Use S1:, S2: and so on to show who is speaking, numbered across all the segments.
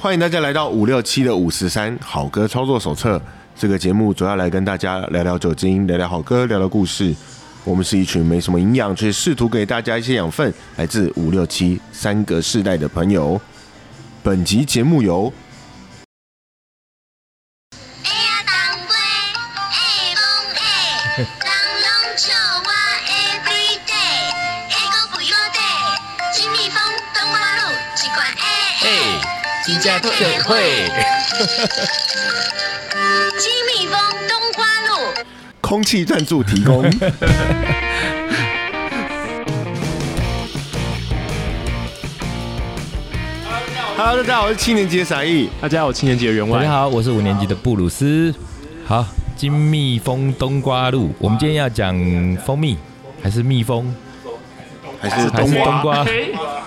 S1: 欢迎大家来到五六七的五十三好歌操作手册。这个节目主要来跟大家聊聊酒精，聊聊好歌，聊聊故事。我们是一群没什么营养，却试图给大家一些养分，来自五六七三个世代的朋友。本集节目由
S2: 哎呀，当归，哎梦哎，人拢笑我 every day，哎个不要得，金蜜蜂等我路，一罐哎哎，
S3: 金家特惠，
S2: 金蜜蜂冬瓜露。
S1: 空气赞助提 供。Hello，大家好，我是七年级的傻义。
S3: 大家好，我七年级的员
S4: 大
S3: 外
S4: 家，好，我是五年级的布鲁斯。好，金蜜蜂冬瓜露，我们今天要讲蜂蜜还是蜜蜂
S1: 还是
S4: 还
S1: 冬
S4: 是冬
S1: 瓜
S4: 瓜？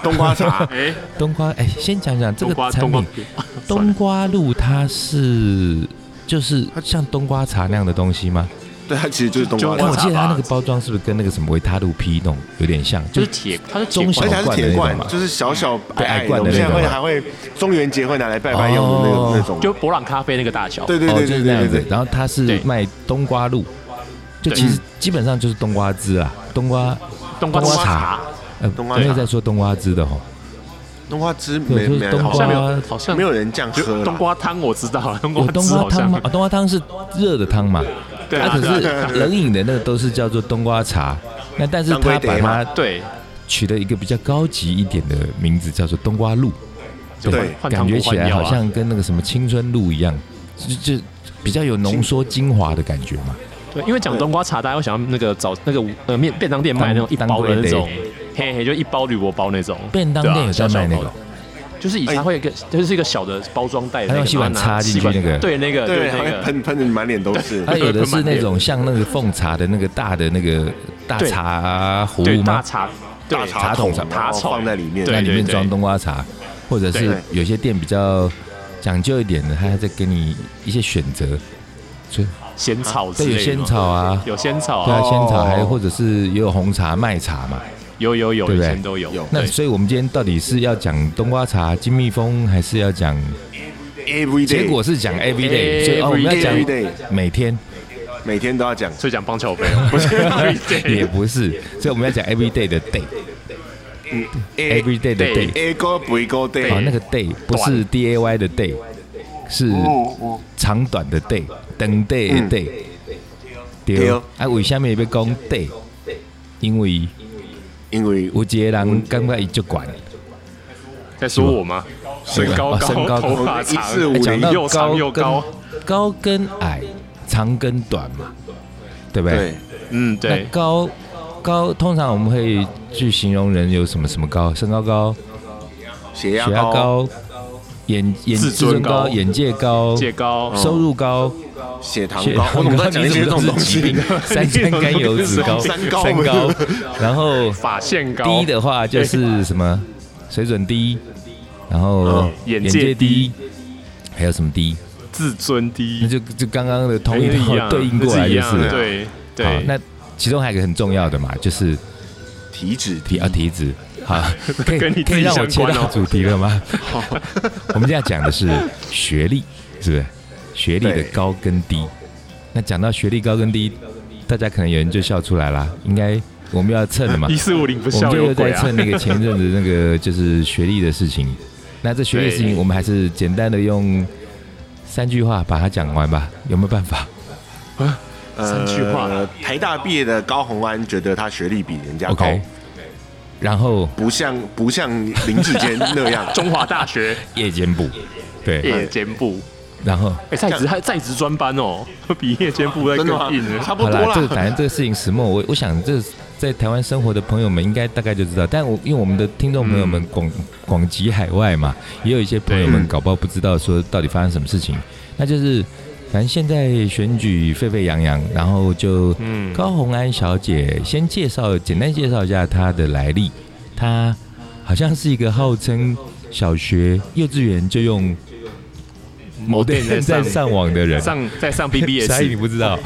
S1: 冬瓜茶，
S4: 冬瓜，哎、先讲讲这
S3: 冬瓜
S4: 个产
S3: 冬瓜
S4: 品，冬瓜露它是就是像冬瓜茶那样的东西吗？
S1: 对，它其实就是冬瓜
S4: 但
S1: 茶
S4: 我，记得
S3: 吧
S4: 它那个包装是不是跟那个什么维他露 P 那种有点像？
S3: 就
S4: 就是
S3: 铁，它是
S4: 中小
S1: 而且还是铁
S4: 罐
S1: 罐
S4: 的那种，嘛
S1: 就是小小矮矮
S4: 对矮罐的
S1: 现
S4: 那
S1: 在
S4: 种
S1: 会还会中元节会拿来拜拜用的那
S4: 哦
S1: 个那种。
S3: 就博朗咖啡那个大小。
S1: 对对
S4: 哦，
S1: 对
S4: 就
S1: 对
S4: 是那
S1: 对
S4: 样
S1: 对
S4: 子。
S1: 对，
S4: 然后它是
S3: 对
S4: 卖冬瓜露，就其实基本上就是冬瓜汁啦，冬瓜
S3: 冬
S1: 哦
S3: 瓜
S4: 冬瓜
S3: 茶
S4: 茶，呃
S1: 冬瓜，
S4: 没有
S1: 茶
S4: 在说冬瓜汁的吼。
S1: 冬瓜汁没
S4: 对，就
S1: 没
S4: 是冬
S1: 好
S3: 好
S1: 像
S3: 像没
S1: 没有
S3: 有，
S4: 瓜，
S3: 好像
S1: 没有人这样
S3: 就
S1: 喝啦
S3: 冬瓜汤我知道，冬瓜
S4: 有冬
S3: 汁
S4: 瓜
S3: 好
S4: 汤
S3: 像
S4: 吗？啊，冬瓜汤是热的汤嘛。
S3: 对啊
S4: 啊可
S3: 对啊对
S1: 啊
S4: 是冷饮的那个都是叫做冬瓜茶，那但是
S1: 当归
S4: 它
S1: 得
S4: 把
S1: 嘛
S4: 它
S3: 对，
S4: 取了一个比较高级一点的名字，叫做冬瓜露，
S3: 就
S1: 对
S3: 换换
S4: 感
S3: 汤
S4: 觉
S3: 不
S4: 起
S3: 换
S4: 来
S3: 药
S4: 好
S3: 啊。
S4: 像跟那个什么青春露一样，就就比较有浓缩精华的感觉嘛。
S3: 对，因为讲冬瓜茶，大家会想到那个早那个呃面便当店卖那种一
S4: 当
S3: 包的那种
S4: 当，
S3: 嘿嘿，就一包铝箔包那种。
S4: 便当店有在卖那
S3: 对啊小小包
S4: 个
S3: 的，就是以前会有一个，就是一个小的包装袋的那个，
S4: 还有吸管
S3: 然后拿
S4: 插进去
S3: 吸管
S4: 那个
S3: 对那个，就
S1: 对，
S3: 是
S1: 还
S3: 那
S1: 会
S3: 个。
S1: 喷喷的满脸都是。
S4: 它有的是那种像那个奉茶的那个大的那个大
S3: 对
S4: 茶壶
S3: 对大
S4: 吗？
S3: 茶，对
S1: 大
S4: 茶
S1: 桶
S4: 桶
S1: 然后
S3: 茶桶
S1: 放在里面，
S3: 对
S4: 在里面
S3: 对
S4: 装冬瓜茶，或者是
S1: 对
S4: 有些店比较讲究一点的，它还在给你一些选择，所以
S3: 仙草之
S4: 对
S3: 类的
S4: 有
S3: 吗，
S4: 仙草啊，
S3: 有仙草
S4: 对啊，
S3: 啊，
S1: 哦
S4: 仙草还或者是也有红茶、麦茶嘛。
S3: 有有有，
S4: 对
S3: 以
S4: 不对
S3: 前都有。
S1: 有
S4: 那
S3: 对
S4: 所以我们今天到底是要讲冬瓜茶、金蜜蜂，还是要讲？
S1: every day，
S4: 结果是讲 every day，所以哦，我
S3: Every
S4: 们要
S1: every
S4: 讲
S1: day
S4: 每天，
S1: 每天都要讲。
S3: 所以讲棒球杯哦，不是
S4: 也不是，所以我们要讲 every day 的 day，every day 的 day。
S1: A go b go
S4: 啊，
S1: day，
S4: 那个 day 不是 D A Y 的 day，是
S3: 哦
S4: 长短的 day，等 day
S1: 嗯
S4: 的 day。
S1: 对
S4: 对，啊，为什么要讲 day？因为
S1: 因为
S4: 有一个人感觉伊就管，
S3: 在说我吗？身高
S4: 哦
S3: 高，
S4: 身高高
S3: 头发
S1: 一
S3: 长，
S1: 四五
S4: 哎
S1: 零
S4: 讲到
S3: 又长又
S4: 跟
S3: 高
S4: 高跟矮、长跟短嘛，对不
S1: 对
S4: 对？，
S3: 嗯，对
S4: 那，高高通常我们会去形容人有什么什么高，身高高、
S1: 血
S4: 血
S1: 压
S4: 压
S1: 高，
S4: 高、眼眼
S3: 自尊高
S4: 眼界高、哦
S3: 借高，
S4: 收入高。
S1: 血糖
S4: 血
S1: 高，我
S4: 糖
S1: 怎么
S4: 高
S1: 在讲一些这种东西？
S4: 三三甘油脂高，
S1: 三高
S4: 三高，然后
S3: 发线高，
S4: 低的话就是什么水准低，然后
S3: 哦眼
S4: 眼
S3: 界低
S4: 界低，还有什么低？
S3: 自尊低，
S4: 那就就刚刚的同
S3: 哎
S4: 一
S3: 那一
S4: 套
S3: 样
S4: 对应过
S3: 那
S4: 来就是
S3: 一
S4: 是
S3: 样，
S4: 好。
S3: 对对，
S4: 那其中还有一个很重要的嘛，就是
S1: 体脂
S4: 体啊体脂。 好，可以
S3: 跟你
S4: 可
S3: 自己
S4: 以让我
S3: 相
S4: 切
S3: 关
S4: 到
S3: 哦
S4: 主题了吗？ 我们现在讲的是学历，是不是？学历
S1: 对
S4: 的高跟低。那讲到学历高跟低，大家可能有人就笑出来啦。应该我们要蹭 的嘛
S3: 一，四五零不
S4: 我们
S3: 笑
S4: 就
S3: 有
S4: 又在
S3: 鬼啊
S4: 蹭！那个前一阵子那个就是学历的事 情。那这学历的事情，
S3: 对
S4: 我们还是简单的用三句话把它讲完吧，有没有办法？
S3: 三句话
S1: 呃台大毕业的高宏安觉得他学历比人家高
S4: OK，然后
S1: 不像不像林志坚那样
S3: 中华大 学
S4: 夜间部，对，
S3: 夜间部，
S4: 然后
S3: 哎，在职还在职专班哦， 比夜间部 在
S1: 真的吗
S3: 更硬？呢。
S1: 差不
S4: 好
S1: 多
S4: 啦，这
S1: 啦。
S4: 个反正这个事情始末，我我想这在台湾生活的朋友们应该大概就知道，但我因为我们的听众朋友们广广及海外嘛，也有一些朋友们
S1: 对
S4: 搞不好不知道说到底发生什么事情，那就是反正现在选举沸沸扬扬，然后就
S3: 嗯
S4: 高红安小姐先介绍简单介绍一下她的来历，她好像是一个号称小学、幼稚园就用
S3: 某店在
S4: 在
S3: 上
S4: 上网的人，
S3: 上 在上
S4: 所以你
S3: BBS，
S4: 不知道。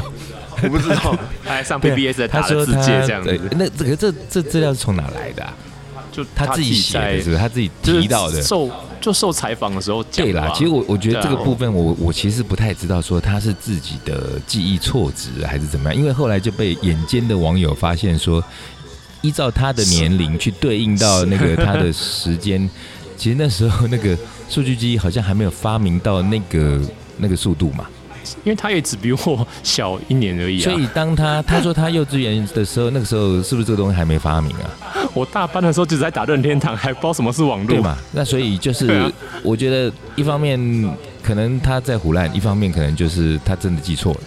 S1: 我不知 道，
S3: 还上
S4: 对啊
S3: BBS 在
S4: 他
S3: 打的
S4: 说
S3: 字
S4: 他
S3: 界这样
S4: 对
S3: 子，
S4: 那这个这这资料是从哪来的啊？
S3: 就
S4: 他自己写
S3: 在
S4: 的，是不是？他自己
S3: 就是
S4: 提到的。
S3: 受就受采访的时候讲
S4: 对
S3: 的吧
S4: 啦，其实我我觉得这个
S3: 对啊
S4: 部分我，我其实不太知道说他是自己的记忆错值还是怎么样，因为后来就被眼尖的网友发现说，依照他的年龄去对应到那个他的时间，其实那时候那个数据机好像还没有发明到那个那个速度嘛，
S3: 因为他也只比我小一年而已啊
S4: 所。以当他他说他幼稚园的时候，那个时候是不是这个东西还没发明啊？
S3: 我大班的时候就在打任天堂，还不知道什么是网
S4: 对
S3: 络。
S4: 嘛？那所以就
S3: 对
S4: 是
S3: 啊，
S4: 我觉得一方面可能他在胡乱，一方面可能就是他真的记错了。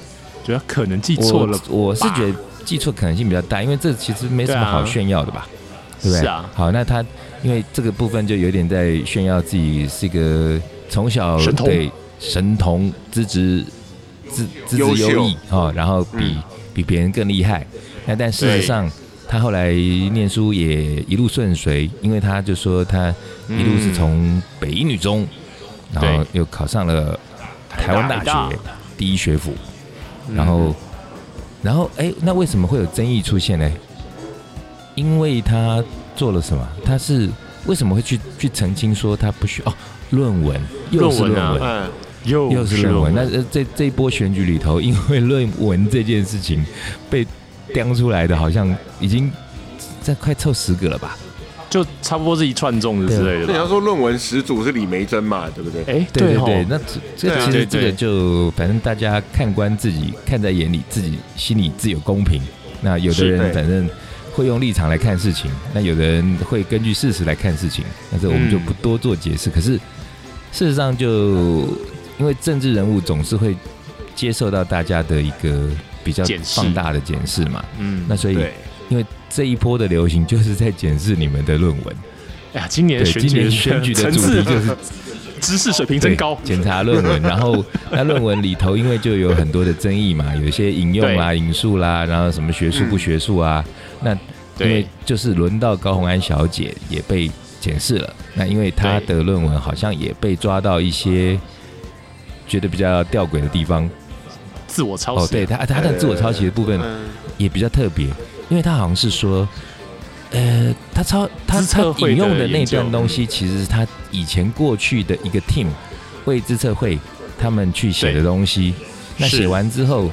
S3: 觉得可能记错了吧，
S4: 我我是觉得记错可能性比较大，因为这其实没什么
S3: 对啊
S4: 好炫耀的吧，对不对？
S3: 是啊
S4: 好，那他因为这个部分就有点在炫耀自己是一个从小
S3: 神童
S4: 对神童资质资资质
S1: 优秀
S4: 优异哦，然后比、
S1: 嗯
S4: 比别人更厉害。那但事实
S3: 对
S4: 上，他后来念书也一路顺遂，因为他就说他一路是从北一女中，然后
S3: 嗯对
S4: 又考上了台湾大
S3: 台大嗯
S4: 学第一学府，然后，然后哎，那为什么会有争议出现呢？因为他做了什么？他是为什么会去去澄清说他不需哦论文又是
S3: 论
S4: 论
S3: 文啊
S4: 文
S1: 嗯，
S3: 又
S4: 又哎是论文？那呃这这一波选举里头，因为论文这件事情被刁出来的，好像已经在快凑十个了吧？
S3: 就差不多是一串粽子之类
S1: 那你
S3: 的
S1: 要
S3: 吧。
S1: 说论文始祖是李梅珍嘛，对不对？
S3: 哎，
S4: 啊对
S3: 吼
S4: 对，那这
S1: 对
S4: 这
S1: 啊
S4: 其实这
S3: 对对
S4: 个就反正大家看官自己看在眼里，自己心里自有公平。那有的
S1: 是
S4: 人
S1: 对
S4: 反正会用立场来看事情，那有的人会根据事实来看事情，但是我们
S3: 嗯
S4: 就不多做解释。可是事实上就，因为政治人物总是会接受到大家的一个比较
S3: 检视
S4: 放大的检视嘛，
S3: 嗯，
S4: 那所以
S1: 对，
S4: 因为这一波的流行就是在检视你们的论文。
S3: 哎呀，今年的
S4: 对，
S3: 选
S4: 今
S3: 举
S4: 年选举的
S3: 层
S4: 主题
S3: 次
S4: 就是
S3: 知识水平真
S4: 对
S3: 高，
S4: 检查论文，然后那论文里头因为就有很多的争议嘛，有一些引用啦、引述啦，然后什么学术不学术啊，那因为
S3: 嗯对
S4: 就是轮到高红安小姐也被检视了，那因为她的论文好像也被抓到一些。觉得比较吊诡的地方
S3: 自我抄
S4: 哦，
S3: 袭啊
S4: 对。她她的自我抄袭的部分
S1: 嗯，
S4: 也比较特别，因为她好像是说，呃，她抄她
S3: 资
S4: 她
S3: 策会
S4: 引用
S3: 的
S4: 的那
S3: 研究
S4: 段东西，其实是她以前过去的一个 team 为资策会他们去写的
S3: 对
S4: 东西。那
S3: 是
S4: 写完之后，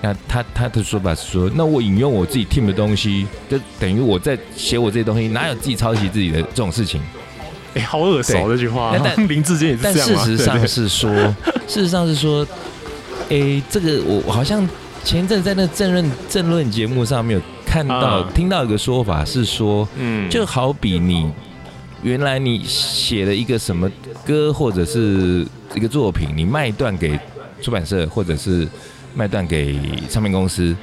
S4: 那他他的说法是说，那我引用我自己 team 的东西，就等于我在写我这些东西，哪有自己抄袭自己的这种事情？
S3: 哎，好耳熟这
S4: 对
S3: 句话
S4: 那，但
S3: 林志坚也是
S4: 但
S3: 这样
S4: 事
S3: 吗？
S4: 实
S3: 对
S4: 上
S3: 对
S4: 是说，事实上是说，诶、这个我我好像前一阵在那政论政论节目上面有看到、
S3: 啊
S4: 听到一个说法是说，
S3: 嗯，
S4: 就好比你原来你写了一个什么歌或者是一个作品，你卖断给出版社或者是卖断给唱片公司，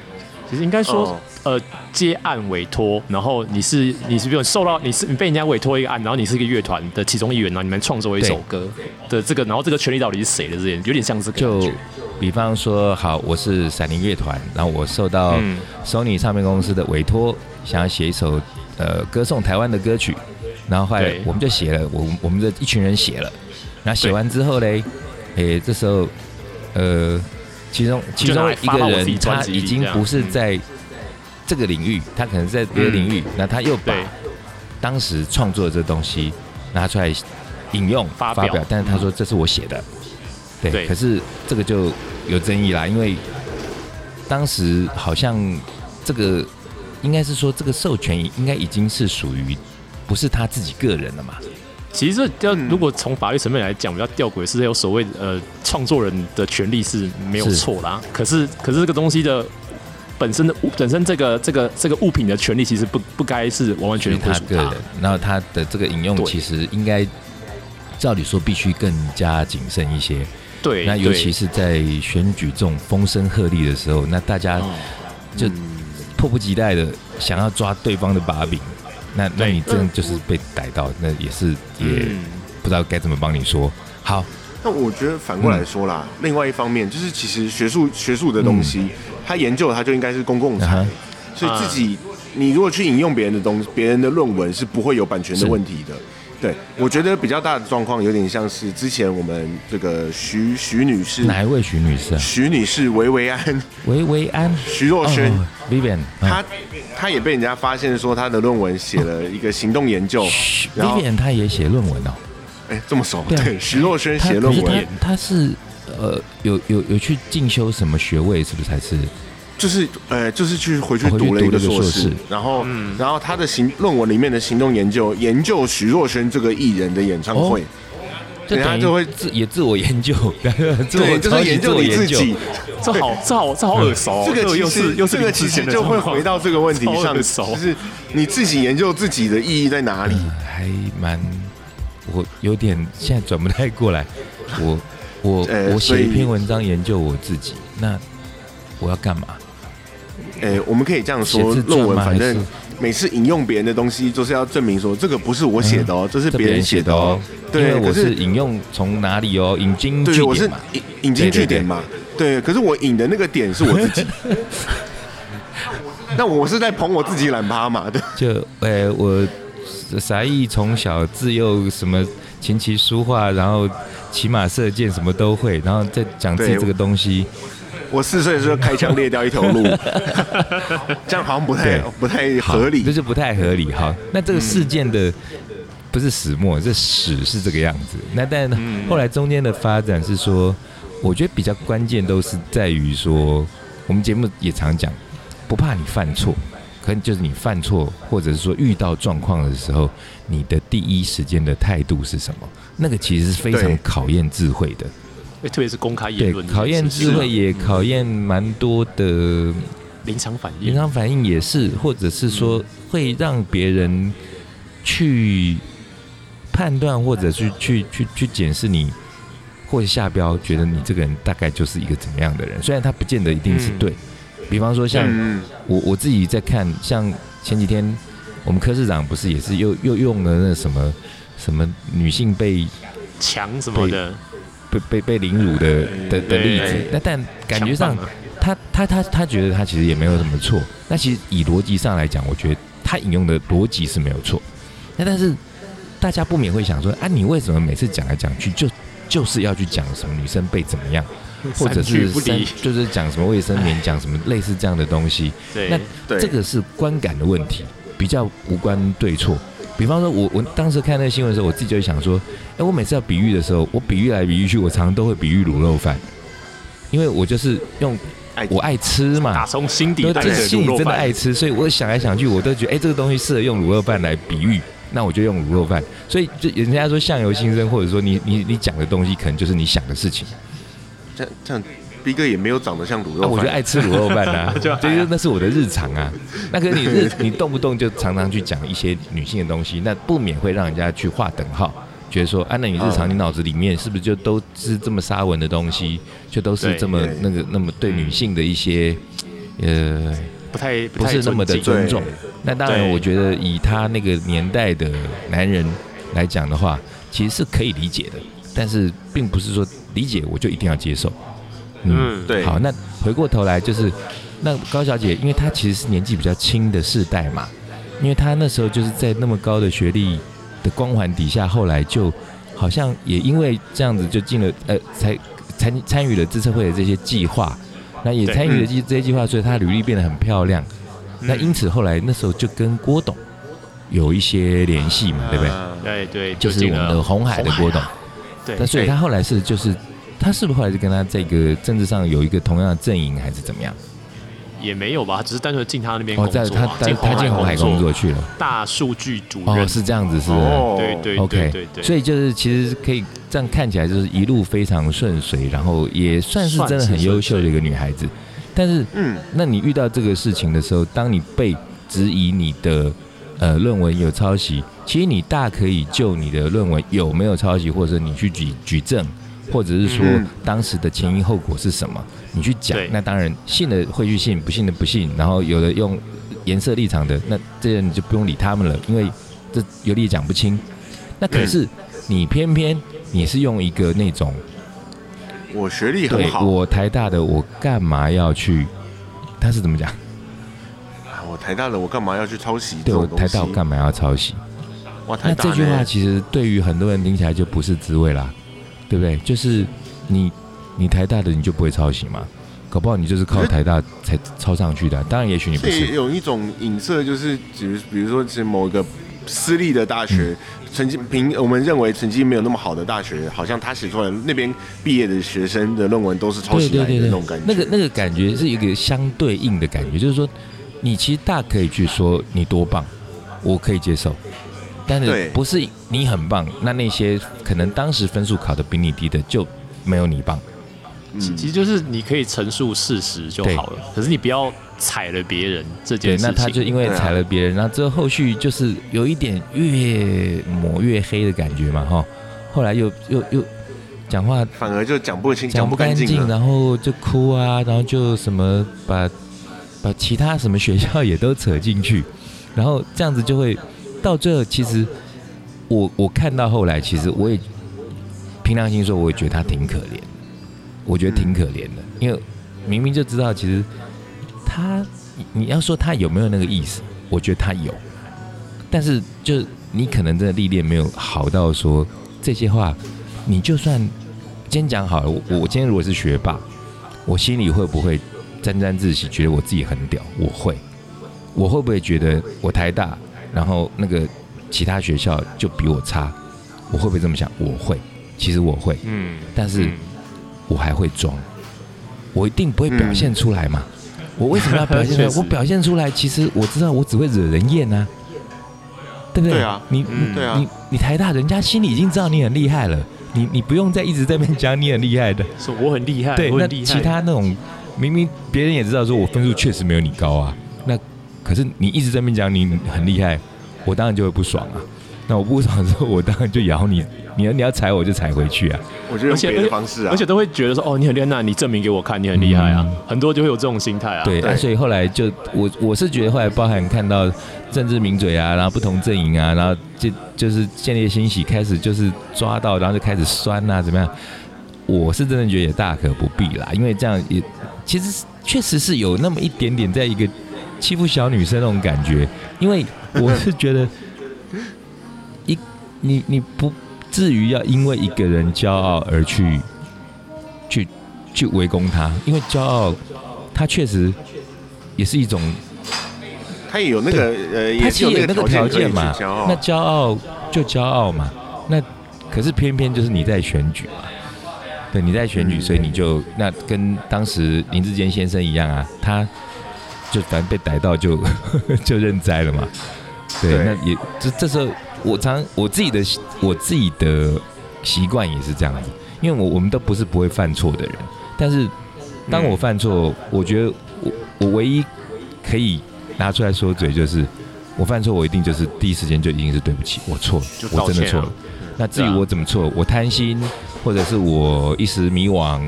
S3: 其实应该说
S1: 哦，
S4: 嗯
S3: 呃，接案委托，然后你是你是比如受到你是你被人家委托一个案，然后你是一个乐团的其中一员，然后你们创作一首歌的这个，然后这个权利到底是谁的？这件有点像这个感
S4: 就
S3: 觉。
S4: 比方说，好，我是闪灵乐团，然后我受到
S3: 嗯
S4: Sony 唱片公司的委托，想要写一首呃歌颂台湾的歌曲，然后后来
S3: 对
S4: 我们就写了，我我们这一群人写了，然后写
S3: 对
S4: 完之后嘞，诶，这时候呃，其中其
S3: 拿
S4: 中
S3: 来
S4: 一
S3: 发
S4: 个
S3: 到我自己
S4: 人他
S3: 专辑里
S4: 已经
S3: 这样
S4: 不是在这个领域，他可能在别的领域，那他又把
S3: 嗯对
S4: 当时创作的这东西拿出来引用
S3: 发表
S4: 但是他说这是我写的，对，
S3: 对
S4: 可是这个就有争议啦，因为当时好像这个应该是说这个授权应该已经是属于不是他自己个人了嘛，
S3: 其实这要
S1: 嗯
S3: 如果从法律层面来讲，比较吊诡是有所谓的呃创作人的权利是没有
S4: 是
S3: 错啦，可是可是这个东西的。本身的物本身这个这个这个物品的权利其实不不该是完完全
S4: 属于
S3: 全归
S4: 他
S3: 属
S4: 个人，然后他的这个引用
S3: 对
S4: 其实应该照理说必须更加谨慎一些，
S3: 对，
S4: 那尤其
S3: 是
S4: 是在选举这种风声鹤唳的时候，那大家
S3: 哦
S4: 就迫不及待的想要抓对方的把柄，那那
S3: 对嗯
S4: 你真的就是被逮到，那也是也不知道该怎么帮你说。好，
S1: 那我觉得反过来说啦，
S4: 嗯
S1: 另外一方面就是，其实学术学术的东西，他研究它就应该是公共财
S4: 嗯，
S1: 所以自己你如果去引用别人的东西，别人的论文是不会有版权的问题的。对，我觉得比较大的状况有点像是之前我们这个徐徐女
S3: 嗯
S1: 士，
S4: 哪一位徐女士啊？
S1: 徐女士维维安，
S4: 维维安，
S1: 徐若瑄，
S4: 哦、，Vivian，
S1: 她她也被人家发现说她的论文写了一个行动研究，然后
S4: Vivian 她也写论文哦，
S1: 哎，这么熟，
S4: 对啊
S1: 对，徐若瑄
S4: 他
S1: 写
S4: 可
S1: 论
S4: 是他
S1: 文，
S4: 他是呃有有有去进修什么学位，是不是才是？
S1: 就是呃，就是去回去
S4: 哦回去
S1: 读了一
S4: 读
S1: 个
S4: 了一个
S1: 硕
S4: 硕
S1: 士
S4: 士，
S1: 然后
S3: 嗯
S1: 然后他的行论文里面的行动研究研究徐若瑄这个艺人的演唱会
S4: 哦，就
S1: 对他
S4: 等于
S1: 就会
S4: 自也自我研究， 自我
S1: 对，就是
S4: 超级
S1: 研
S4: 自
S1: 究
S4: 我
S1: 你自己
S4: 究。
S3: 这好这好这好耳熟哦，
S1: 这个
S3: 又
S1: 其
S3: 是
S1: 实
S3: 又是
S1: 这个
S3: 林
S1: 其
S3: 志
S1: 实
S3: 炫的
S1: 就会
S3: 状况
S1: 回到这个问题
S3: 超
S1: 上，
S3: 耳熟
S1: 就是你自己研究自己的意义在哪里。
S4: 呃还蛮，我有点现在转不太过 来。我我、
S1: 呃
S4: 我
S1: 所
S4: 写
S1: 以
S4: 一篇文章研究我自己，那我要干嘛？
S1: 诶、我们可以这样说，
S4: 写自传
S1: 论文
S4: 吗
S1: 反正
S4: 还是
S1: 每次引用别人的东西，就是要证明说这个不是我写的哦，这是
S4: 嗯这
S1: 别人写的哦。
S4: 因
S1: 对，
S4: 为
S1: 可
S4: 我是引用从哪里哦，引经
S1: 对，
S4: 据
S1: 我是
S4: 典嘛。
S1: 引引经据典嘛。对，可是我引的那个点是我自 己。那我是在捧我自己懒趴嘛？对，
S4: 就呃、我啥意从小自幼什么琴棋书画，然后骑马射箭什么都会，然后再讲自己
S1: 对
S4: 这个东西。
S1: 我四岁的时候开枪裂掉一条 路，这样好像不太
S4: 对
S1: 不太
S4: 好
S1: 合理嗯
S4: 这。是不太合理。好，那这个事件的、不是始末，这始是这个样子。那但
S1: 嗯
S4: 后来中间的发展是说，我觉得比较关键都是在于说，我们节目也常讲，不怕你犯错，可能就是你犯错，或者是说遇到状况的时候，你的第一时间的态度是什么？那个其实是非
S1: 对
S4: 常考验智慧的。
S3: 诶特别是公开言
S4: 对，
S3: 论这件事情，
S4: 考验智慧
S1: 嗯
S4: 也考验蛮多的
S3: 临场反
S4: 临
S3: 应，
S4: 场反应也是，或者是
S3: 嗯
S4: 说会让别人去判断，或者去去去去检视你，或者下标，觉得你这个人大概就是一个怎么样的人。虽然他不见得一定是
S3: 嗯
S4: 对，比方说像
S1: 嗯，
S4: 我我自己在看，像前几天我们科市长不是也是又又用了那什么什么女性被
S3: 强什么的，
S4: 被被被凌辱的的的例子
S3: 对，
S4: 那但感觉
S3: 强
S4: 上
S3: 棒啊
S4: 他他他他觉得他其实也没有什么错。那其实以逻辑上来讲，我觉得他引用的逻辑是没有错。那但是大家不免会想说，啊，你为什么每次讲来讲去就就是要去讲什么女生被怎么样，或者
S3: 三句
S4: 是
S3: 不
S4: 三
S3: 离，
S4: 就是讲什么卫生棉，讲什么类似这样的东西？
S3: 对
S4: 那
S1: 对
S4: 这个是观感的问题，比较无关对错。比方说我，我当时看那个新闻的时候，我自己就会想说，哎、我每次要比喻的时候，我比喻来比喻去，我常常都会比喻卤肉饭，因为我就是用
S1: 爱
S4: 我爱吃
S3: 打
S4: 嘛，
S3: 从心底
S4: 对，
S3: 爱
S4: 这
S3: 着
S4: 心
S3: 卤
S4: 里
S3: 肉
S4: 真的
S3: 饭
S4: 爱，吃，所以我想来想去，我都觉得，哎、这个东西适合用卤肉饭来比喻，那我就用卤肉饭。所以就人家说相由心生，或者说你你你讲的东西，可能就是你想的事情。
S1: 这样这样逼哥也没有长得像卤肉
S4: 啊，
S1: 饭。
S4: 我就爱吃卤肉饭啊，
S3: 就
S4: 这就是那是我的日常啊。那可是你日你动不动就常常去讲一些女性的东西，那不免会让人家去划等号，觉得说啊，那你日常你脑子里面是不是就都是这么沙文的东西，就都是
S3: 对
S4: 这么
S1: 对
S4: 那个那么对女性的一些呃
S3: 不太
S4: 不是那么的
S3: 太尊
S4: 尊重
S1: 对。
S4: 那当然，
S3: 对
S4: 我觉得以他那个年代的男人来讲的话，其实是可以理解的，但是并不是说理解我就一定要接受。
S3: 嗯
S1: 对
S4: 好，那回过头来就是，那高小姐，因为她其实是年纪比较轻的世代嘛，因为她那时候就是在那么高的学历的光环底下，后来就好像也因为这样子就进了呃，才参参与了自测会的这些计划，那也
S3: 对
S4: 参与了这这些计划，所以她履历变得很漂亮。那因此后来那时候就跟郭董有一些联系嘛，对不对？
S1: 嗯
S3: 对对，
S4: 就是我
S3: 进
S4: 们
S3: 了
S4: 的红海的郭董
S3: 啊，对，
S4: 但所以
S1: 对
S4: 他后来是就是，他是不是后来就跟他这个政治上有一个同样的阵营，还是怎么样？
S3: 也没有吧，他只是单纯进他那边
S4: 哦，
S3: 工作
S4: 在
S3: 啊，
S4: 他他他进红海工作，去了。
S3: 大数据主
S4: 哦，
S3: 任，
S4: 是这样子，是不是？
S1: 哦，
S3: 对对
S4: OK，
S3: 对对对，
S4: 所
S3: 以
S4: 以就是其实可以这样看起来，就是一路非常顺遂，然后也算是真的很优秀的一个女孩子。但是，
S1: 嗯，
S4: 那你遇到这个事情的时候，当你被质疑你的呃论文有抄袭，其实你大可以就你的论文有没有抄袭，或者你去举举证，或者是说
S1: 嗯
S4: 当时的前因后果是什么，你去讲
S3: 对。
S4: 那当然，信的会去信，不信的不信。然后有的用颜色立场的，那这些你就不用理他们了，因为这有理也讲不清。那可是你偏偏你是用一个那种
S1: 我学历很
S4: 对
S1: 好，
S4: 我台大的，我干嘛要去？他是怎么讲？
S1: 啊我台大的，我干嘛要去抄袭这
S4: 对我
S1: 种东西？
S4: 台大，我干嘛要抄袭？
S1: 哇，台
S4: 那
S1: 大
S4: 这句
S1: 呢
S4: 话其实对于很多人听起来就不是滋味啦，对不对？就是你你台大的你就不会抄袭嘛？搞不好你就是靠
S1: 可是
S4: 台大才抄上去的啊、当然，也许你不
S1: 这也
S4: 是。
S1: 有一种影射，就是比如比如说是某一个私立的大
S4: 嗯
S1: 学，成绩平我们认为成绩没有那么好的大学，好像他写出来的那边毕业的学生的论文都是抄袭来的那种感觉。
S4: 那个那个感觉是一个相对应的感觉，就是说，你其实大可以去说你多棒，我可以接受，但
S1: 对
S4: 是不是你很棒，那那些可能当时分数考的比你低的就没有你棒，
S1: 嗯
S3: 其其实就是你可以陈述事实就好了，可是你不要踩了别人这
S4: 对啊
S3: 件，事
S4: 那
S3: 情。
S4: 他就因为踩了别人，然后之后后续就是有一点越抹越黑的感觉嘛，哈，后来又又又讲话
S1: 反而就讲不清、
S4: 讲
S1: 不
S4: 不
S1: 干
S4: 干净，
S1: 了。
S4: 然后就哭啊，然后就什么把把其他什么学校也都扯进去，然后这样子就会到最后，其实我我看到后来，其实我也凭良心说，我也觉得他挺可怜，我觉得挺可怜的，因为明明就知道，其实他你你要说他有没有那个意思，我觉得他有，但是就你可能真的历练没有好到说这些话，你就算今天讲好了，我
S1: 啊
S4: 我今天如果是学霸，我心里会不会沾沾自喜，觉得我自己很屌？我会，我会不会觉得我台大，然后那个其他学校就比我差？我会不会这么想？我会，其实我会，
S3: 嗯，
S4: 但是
S3: 嗯
S4: 我还会装，我一定不会表现出来嘛。
S1: 嗯
S4: 我为什么要 表现出来
S3: 确？实
S4: 我表现出来，其实我知道我只会惹人厌啊，对不对？
S1: 对啊
S4: 你、
S1: 嗯对啊
S4: 你你台大，人家心里已经知道你很厉害了，你你不用再一直在那边讲你很厉害的。
S3: 说我很厉害，
S4: 对，
S3: 我
S4: 那
S3: 很厉害。
S4: 其他那种明明别人也知道说我分数确实没有你高啊，那可是你一直在那边讲你很厉害，我当然就会不爽啊。那我不爽之后，我当然就咬你，你要你要踩我就踩回去啊。
S1: 我觉得
S3: 而
S1: 用
S3: 且
S1: 别的方式啊，
S3: 而且都会觉得说哦，你很厉害，那你证明给我看，你很厉害啊
S4: 嗯，
S3: 很多就会有这种心态啊。
S4: 对，
S1: 对
S4: 啊所以后来就我我是觉得后来包含看到政治名嘴啊，然后不同阵营啊，然后就就是建立欣喜，开始就是抓到，然后就开始酸啊，怎么样？我是真的觉得也大可不必啦，因为这样也其实是确实是有那么一点点在一个欺负小女生那种感觉，因为我是觉得 一你你不至于要因为一个人骄傲而去去去围攻他，因为骄傲它确实也是一种，
S1: 他也有那个呃，也
S4: 它
S1: 是
S4: 其实
S1: 有
S4: 有
S1: 那
S4: 那
S1: 个
S4: 个
S1: 哦条
S4: 条
S1: 件可以
S4: 件
S1: 去
S4: 嘛
S1: 骄傲，
S4: 那骄傲就骄傲嘛，那可是偏偏就是你在选举嘛，对，你在选举，
S1: 嗯
S4: 所以你就那跟当时林志坚先生一样啊，他就反正被逮到就 就认栽了嘛，对，
S1: 对
S4: 那也这这时候我常我自己的我自己的习惯也是这样子，因为我我们都不是不会犯错的人，但是当我犯错，我觉得我我唯一可以拿出来说嘴就是，我犯错，我一定就是第一时间就一定是对不起，我错了
S1: 就，道歉啊啊
S4: 我真的错了。嗯那至于我怎么错，我贪心，或者是我一时迷惘，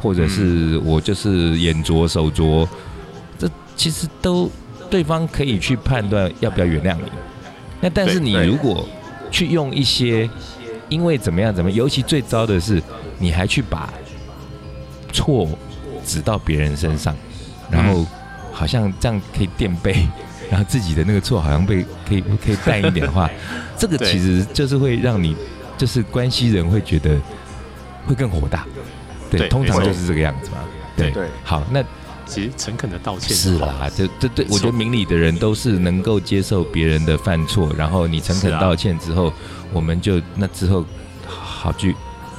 S4: 或者
S1: 嗯
S4: 是我就是眼拙手拙，这其实都对方可以去判断要不要原谅你。那但是
S3: 对
S4: 你
S1: 对
S4: 如果去用一些因为怎么样怎么样，尤其最糟的是，你还去把错指到别人身上，然后
S1: 嗯
S4: 好像这样可以垫背， 然后自己的那个错好像被可以可以淡一点 的话，这个
S3: 对
S4: 其实就是会让你就是关系人会觉得会更火大，对，
S3: 对
S4: 通常
S3: 没错
S4: 就是这个样子嘛，对
S1: 对
S4: 好，那
S3: 其实诚恳的道歉
S4: 是
S3: 就好了。
S4: 啦，这哎这对
S3: 没错
S4: 我觉得明理的人都是能够接受别人的犯错，然后你诚恳
S3: 是啊
S4: 道歉之后，我们就那之后好聚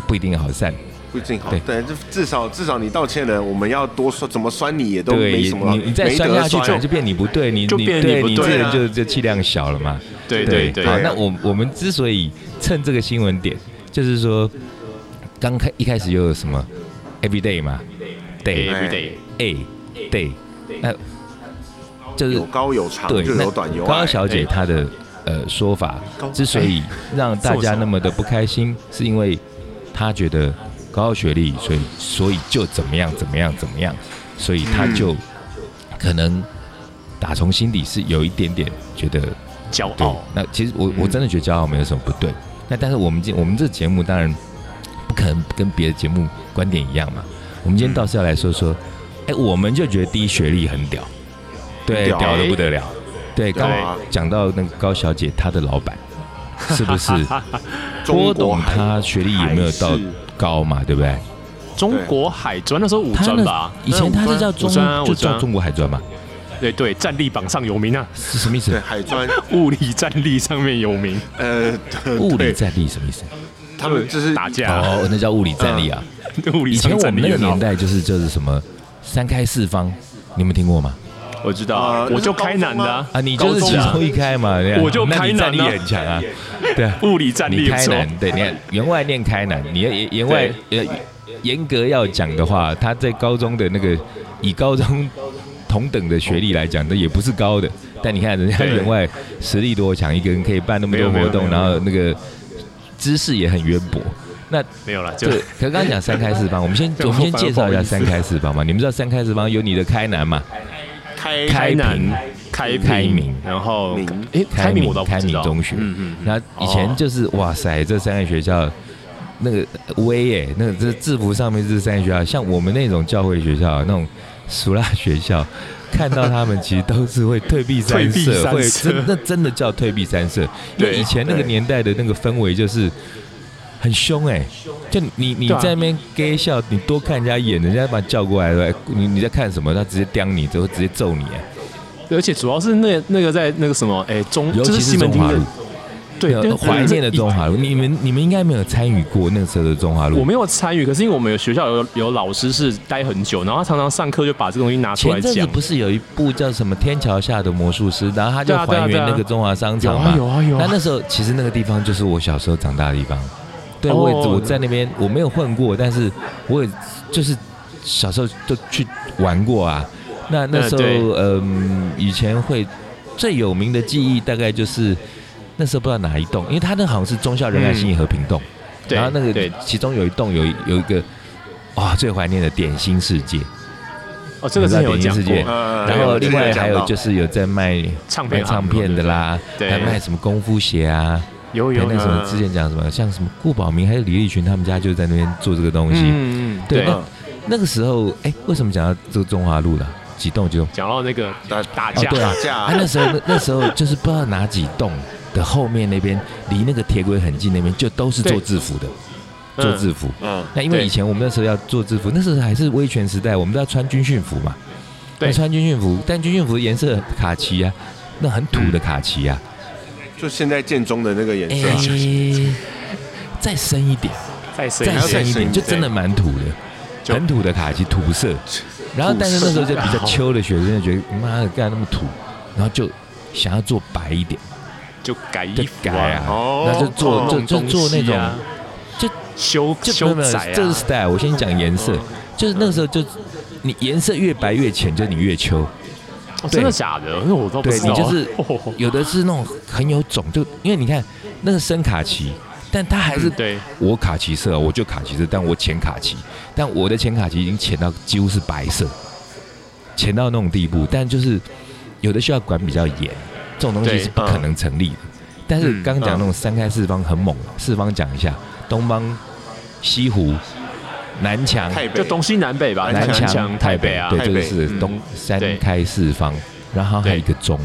S4: 不一定好散，
S1: 不一定好
S4: 对。
S1: 对，就至少至少你道歉了，我们要多说怎么酸你也都
S4: 对，
S1: 没什么，
S4: 你你再
S1: 没得
S4: 酸下去，可
S1: 酸
S4: 能就变你不对，你
S3: 就变
S4: 你
S3: 你
S4: 对
S3: 不
S4: 你这
S3: 对
S4: 个人
S1: 啊
S4: 就就气量小了嘛。
S3: 对对对
S4: 好，
S1: 对
S4: 那我我们之所以趁这个新闻点，就是说刚开一开始又有什么 every day 嘛，day
S3: ，every day，
S4: a day，那就是
S1: 有高有长，
S4: 对，
S1: 就
S4: 那
S1: 有短有
S4: 高
S1: 矮。
S4: 小姐
S3: 哎
S4: 她的呃说法
S1: 高，
S4: 之所以让大
S3: 这么
S4: 家
S3: 说
S4: 那么的不开心，是因为她觉得高学历，所以所以就怎么样怎么样怎么样，所以
S1: 嗯
S4: 她就可能打从心底是有一点点觉得
S3: 骄
S4: 对
S3: 傲，。
S4: 哦那其实我
S3: 嗯
S4: 我真的觉得骄傲没有什么不对。那但是我们今我们这节目当然不可能跟别的节目观点一样嘛。我
S3: 嗯
S4: 们今天倒是要来说说，哎，我们就觉得低学历很屌，对，
S1: 屌
S4: 屌的不得了。对，
S1: 屌
S4: 刚
S1: 啊
S4: 讲到那个高小姐她的老板是 不是
S1: 中
S4: 郭
S1: 国
S4: 董
S1: 还
S4: 他学历有没有到
S1: 还是
S4: 高嘛？对不对？
S3: 中国海专那时候五
S4: 他
S3: 专
S4: 呢
S3: 吧，
S4: 以前他是叫中
S3: 五专啊，
S4: 就
S3: 五
S4: 叫
S3: 专
S4: 中国海专嘛。
S3: 对对，战力榜上有名 啊，
S4: 是什么意思
S1: 对？海川，
S3: 物理战力上面有名，
S1: 呃，
S4: 物理
S1: 对
S4: 战力什么意思？
S1: 他们就是
S3: 打架，
S4: 哦，那叫物理战力啊！
S3: 嗯物理
S4: 以前
S3: 上
S4: 我
S3: 战
S4: 们
S3: 力
S4: 那个
S3: 很好
S4: 年。代就是就是什么三开四方，你们听过吗？
S3: 我知道
S1: 呃
S3: 啊，我就
S1: 那是高
S3: 开南的
S1: 中吗
S3: 啊，
S4: 啊，你就是其中一开嘛，对啊
S3: 我就
S4: 那
S3: 开
S4: 你
S3: 南啊
S4: 战力也很强啊， 对啊，
S3: 物理战力
S4: 你
S3: 也不
S4: 开
S3: 错。
S4: 南，对，你看员外念开南，你要员员外呃严格要讲的话，他在高中的那个以高中同等的学历来讲，那也不是高的，但你看人家
S3: 对
S4: 员外实力多强，一个人可以办那么
S3: 没
S4: 多
S3: 有没有
S4: 活动，
S3: 没有
S4: 然后那个知识也很渊博，那
S3: 没有了，啊就
S4: 对，可是刚刚讲三开四方，我们先
S3: 对
S4: 我们先
S3: 我反而
S4: 介绍一
S3: 不好
S4: 下
S3: 意思
S4: 三开四方嘛。你们知道三开四方有你的开南嘛？
S1: 开
S3: 开南
S4: 平、
S3: 开
S4: 开明
S3: 平，然后
S1: 明
S3: 哎，开明我倒
S4: 开
S3: 不知
S4: 明
S3: 道。
S4: 中学，
S3: 嗯嗯，
S4: 然后以前就是哇塞，这三个学校那个威耶，那个这制服上面这三个学校，像我们那种教会学校啊那种俗辣学校，看到他们其实都是会退避三
S3: 退避
S4: 舍，
S3: 三
S4: 会
S3: 舍
S4: 真那真的叫退避三舍，因为
S3: 对
S4: 以前那个
S1: 对
S4: 年代的那个氛围就是。很凶哎、就你你
S3: 对啊
S4: 在那边 gay 笑，你多看人家一眼，人家把你叫过来了，你你在看什么？他直接刁你，就会直接揍你、哎
S3: 对而且主要是那那个在那个什么，哎，中
S4: 尤
S3: 就
S4: 其
S3: 是
S4: 是
S3: 西门
S4: 中
S3: 町
S4: 华
S3: 的
S4: 路，，
S3: 对，
S4: 呃
S3: 但是
S4: 怀念的中华路，你们你们应该没有参与过那个时候的中华路。
S3: 我没有参与，可是因为我们有学校有有老师是待很久，然后他常常上课就把这个东西拿出
S4: 前
S3: 来
S4: 阵子
S3: 讲。
S4: 不是有一部叫什么《天桥下的魔术师》，然后他就
S3: 对啊对啊
S4: 还
S3: 对
S4: 原
S3: 啊
S4: 那个中华商场
S3: 有啊
S4: 嘛。
S3: 有啊有啊
S4: 那那时候其实那个地方就是我小时候长大的地方。对，
S3: 哦
S4: 我也我在那边我没有混过，但是我也就是小时候都去玩过啊。那那时候
S3: 对
S4: 嗯，以前会最有名的记忆大概就是那时候不知道哪一栋，因为他那好像是忠孝仁爱信义和平栋。
S3: 对
S4: 然后那个
S3: 对
S4: 其中有一栋有一有一个哇，最怀念的点心世界，
S3: 哦，这个之前有讲
S4: 你知道点心世界
S3: 过，
S1: 呃
S4: 然后另外还有就是是有在卖
S3: 唱
S4: 卖
S3: 片
S4: 唱片的啦，
S3: 对嗯
S4: 还卖什么功夫鞋啊，
S3: 有
S4: 还有
S3: 有
S4: 那
S3: 有
S4: 什么之前讲什么像什么顾宝明还有李立群他们家就在那边做这个东西。
S3: 嗯嗯，
S4: 对啊
S3: 对，
S4: 那那个时候，哎，为什么讲到这个中华路了？几栋几栋？
S3: 讲到那个
S1: 打
S3: 打
S4: 哦
S3: 架，
S4: 对啊
S1: 打架
S4: 啊，那时候那那时候就是不知道哪几栋的后面那边，离那个铁轨很近那边，就都是做
S3: 对
S4: 制服的，做
S3: 嗯
S4: 制服。
S1: 嗯，
S4: 那因为
S3: 对
S4: 以前我们那时候要做制服，那时候还是威权时代，我们都要穿军训服嘛。
S3: 对
S4: 那穿军训服，但军训服的颜色卡其啊，那很土的卡其啊。
S1: 就现在建中的那个颜
S4: 哎、
S1: 色啊，
S4: 再深一点，
S3: 再深
S4: 再
S3: 一
S4: 深
S3: 些，
S4: 一点，就真的蛮土的，
S3: 就
S4: 很土的卡其土色。然后，但是那时候就比较秋的学生就觉得，妈的，干那么土，然后就想要做白一点，
S3: 就改
S4: 就
S3: 衣服
S4: 改啊，
S3: 啊，
S1: 哦
S4: 那就做就
S3: 弄
S4: 就
S3: 东
S4: 做那
S3: 西
S4: 种
S3: 啊
S4: 就
S3: 修
S4: 就
S3: 修
S4: 没有
S3: 改
S4: 这是
S3: 啊，
S4: style。我先讲颜色，就是那个时候就你颜色越白越浅，就是你越秋。
S3: 哦
S4: 对
S3: 真的假的？那我倒不
S4: 对
S3: 知
S4: 你
S3: 道啊，
S4: 就是
S3: 哦
S4: 有的是那种很有种，就因为你看那个深卡其，但它还是
S3: 嗯对
S4: 我卡其色，我就卡其色，但我浅卡其，但我的浅卡其已经浅到几乎是白色，浅到那种地步。但就是有的学校管比较严，这种东西
S3: 对嗯
S4: 是不可能成立的。但是刚刚讲那种三开四方很猛，啊四方讲一下，东方、西湖、南墙、
S1: 太北
S3: 就东西南北吧，
S1: 南
S4: 南
S1: 墙
S3: 墙
S4: 台
S3: 台北啊，
S4: 对，这个
S1: 台
S4: 是
S1: 北
S4: 东
S3: 嗯
S4: 三
S3: 对
S4: 开四方，然后还有
S3: 对
S4: 一个中，